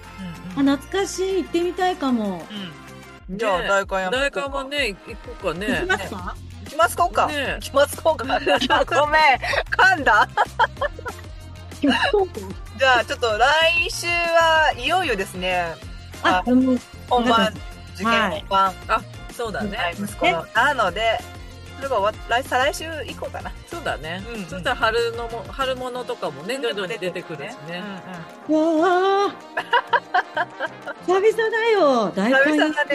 [SPEAKER 2] う
[SPEAKER 1] あ
[SPEAKER 2] ん
[SPEAKER 1] 懐かしい行ってみたいかも
[SPEAKER 2] うんじゃあ
[SPEAKER 3] ね
[SPEAKER 2] 大官山
[SPEAKER 3] 大官山ね、行こうか
[SPEAKER 1] 行き
[SPEAKER 3] ね。
[SPEAKER 1] ますか
[SPEAKER 2] 行きますか行こうか
[SPEAKER 3] ね
[SPEAKER 2] 行きますか行 こうかごめん噛んだじゃあちょっと来週はいよいよですね
[SPEAKER 1] あうん
[SPEAKER 2] 本
[SPEAKER 1] わか
[SPEAKER 2] 番
[SPEAKER 1] り
[SPEAKER 2] 受験本番
[SPEAKER 3] そうだね。
[SPEAKER 2] はい息子のなのでそれが終わっ来再来週以降かな
[SPEAKER 3] そうだね。
[SPEAKER 2] うん
[SPEAKER 3] そしたら春のも、春物とかもね、徐々に出てくるしね。
[SPEAKER 1] わあ久々だよ大
[SPEAKER 2] 々だね
[SPEAKER 1] 会
[SPEAKER 2] だか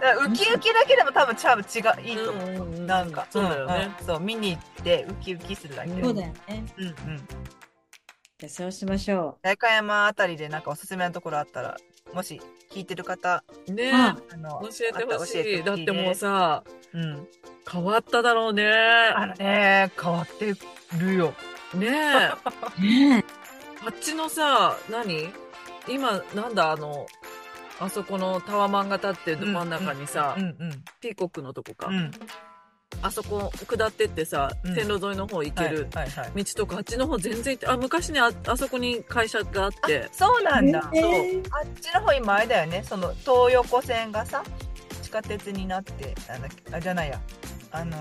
[SPEAKER 2] らウキウキだけでも多分チャーム違ういいと思う、
[SPEAKER 3] うんうんうん
[SPEAKER 2] なんか
[SPEAKER 3] そうだよね。
[SPEAKER 2] うんそう見に行ってウキウキするだけ、
[SPEAKER 3] う
[SPEAKER 2] うんん、
[SPEAKER 1] そうだよね
[SPEAKER 2] うん
[SPEAKER 1] じゃあそうしましょ
[SPEAKER 2] 代官山あたりでなんかおすすめのところあったらもし聞いてる方
[SPEAKER 3] ね
[SPEAKER 1] あ
[SPEAKER 2] あの
[SPEAKER 3] 教えてほしい
[SPEAKER 2] あ
[SPEAKER 3] だ
[SPEAKER 2] たら
[SPEAKER 3] って
[SPEAKER 2] 教え
[SPEAKER 3] も
[SPEAKER 2] ほしい
[SPEAKER 3] う
[SPEAKER 2] ね
[SPEAKER 3] さ、
[SPEAKER 2] うん、
[SPEAKER 3] 変わっただろうね。
[SPEAKER 2] あのね変わってるよ
[SPEAKER 3] ねえ。
[SPEAKER 1] うね
[SPEAKER 3] あっちのさ、何今、なんだ、あの、あそこのタワマンが立ってる真ん中にさ、
[SPEAKER 2] うんうん
[SPEAKER 3] ピーコックのとこか、
[SPEAKER 2] うん
[SPEAKER 3] あそこ下ってってさ、
[SPEAKER 2] うん
[SPEAKER 3] 線路沿いの方行ける、
[SPEAKER 2] はいはいはい
[SPEAKER 3] 道とか、あっちの方全然行って、あ、昔ね、ああそこに会社があって、
[SPEAKER 2] そうなんだ、
[SPEAKER 1] え
[SPEAKER 2] そう
[SPEAKER 1] ー
[SPEAKER 2] あっちの方今あれだよねその東横線がさ地下鉄になってなんだっけあじゃないやあの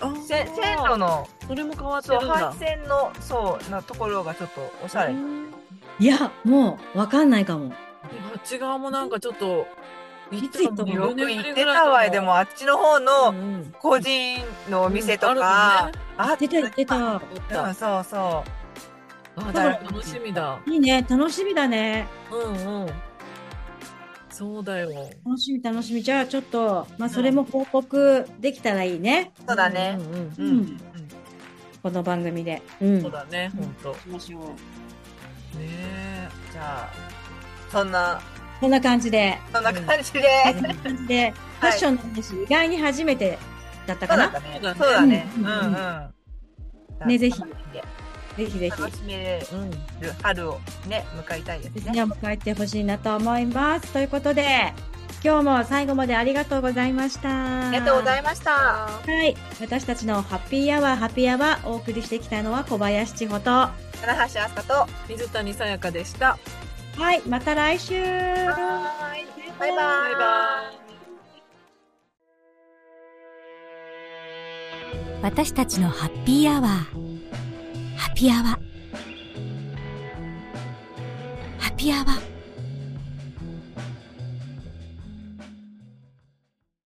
[SPEAKER 3] あ
[SPEAKER 2] ー、せ線路の
[SPEAKER 3] それも変わって
[SPEAKER 2] そう
[SPEAKER 3] るんだ
[SPEAKER 2] 廃。線のそうなところがちょっとおしゃれ、
[SPEAKER 3] うん
[SPEAKER 1] いやもうわかんないかも
[SPEAKER 3] あっち側もなんかちょっと、い
[SPEAKER 1] つ行ったの
[SPEAKER 2] よく行ってたわいでもあっちの方の
[SPEAKER 3] ん、
[SPEAKER 2] 個人のお
[SPEAKER 3] お
[SPEAKER 2] 店とか、あ
[SPEAKER 1] 出た行ってた
[SPEAKER 2] たうんそうそう
[SPEAKER 3] あ、だから楽しみだ。
[SPEAKER 1] いいね楽しみだね
[SPEAKER 3] うんうん。そうだよ。
[SPEAKER 1] 楽しみ楽しみじゃあちょっとまあそれも報告できたらいいね
[SPEAKER 2] そうだね
[SPEAKER 3] うんうん
[SPEAKER 1] うんこの番組でう
[SPEAKER 3] うん
[SPEAKER 1] ん
[SPEAKER 3] そうだね、ほんと。ね
[SPEAKER 1] 行きましょう
[SPEAKER 3] え。
[SPEAKER 2] じゃあそんな
[SPEAKER 1] こんな感じで
[SPEAKER 2] そんな感じで、
[SPEAKER 1] こんな感じでファッションの話意外に初めてだったか
[SPEAKER 2] そう
[SPEAKER 1] な
[SPEAKER 2] だったね
[SPEAKER 3] そうだね
[SPEAKER 2] そうだねう
[SPEAKER 1] うんん
[SPEAKER 2] う
[SPEAKER 1] うんん、
[SPEAKER 2] うん
[SPEAKER 1] ねぜひ
[SPEAKER 2] 楽しみで
[SPEAKER 1] ぜひぜひ
[SPEAKER 2] 楽しめ
[SPEAKER 3] うん。
[SPEAKER 2] る春をね迎えたいですね
[SPEAKER 1] には迎えてほしいなと思います。ということで、今日も最後までありがとうございました。
[SPEAKER 2] ありがとうござ
[SPEAKER 1] い
[SPEAKER 2] いました
[SPEAKER 1] ます。はい。私たちのハッピーアワー、ハッピーアワー、お送りしてきたのは小林千穂と。は
[SPEAKER 2] 棚橋あすかとはい
[SPEAKER 3] 水谷さやかでした。
[SPEAKER 1] い。また来週。
[SPEAKER 2] バイバイ
[SPEAKER 3] バイバイ。
[SPEAKER 4] 私たちのハッピーアワーハッピーアワーハッピーアワー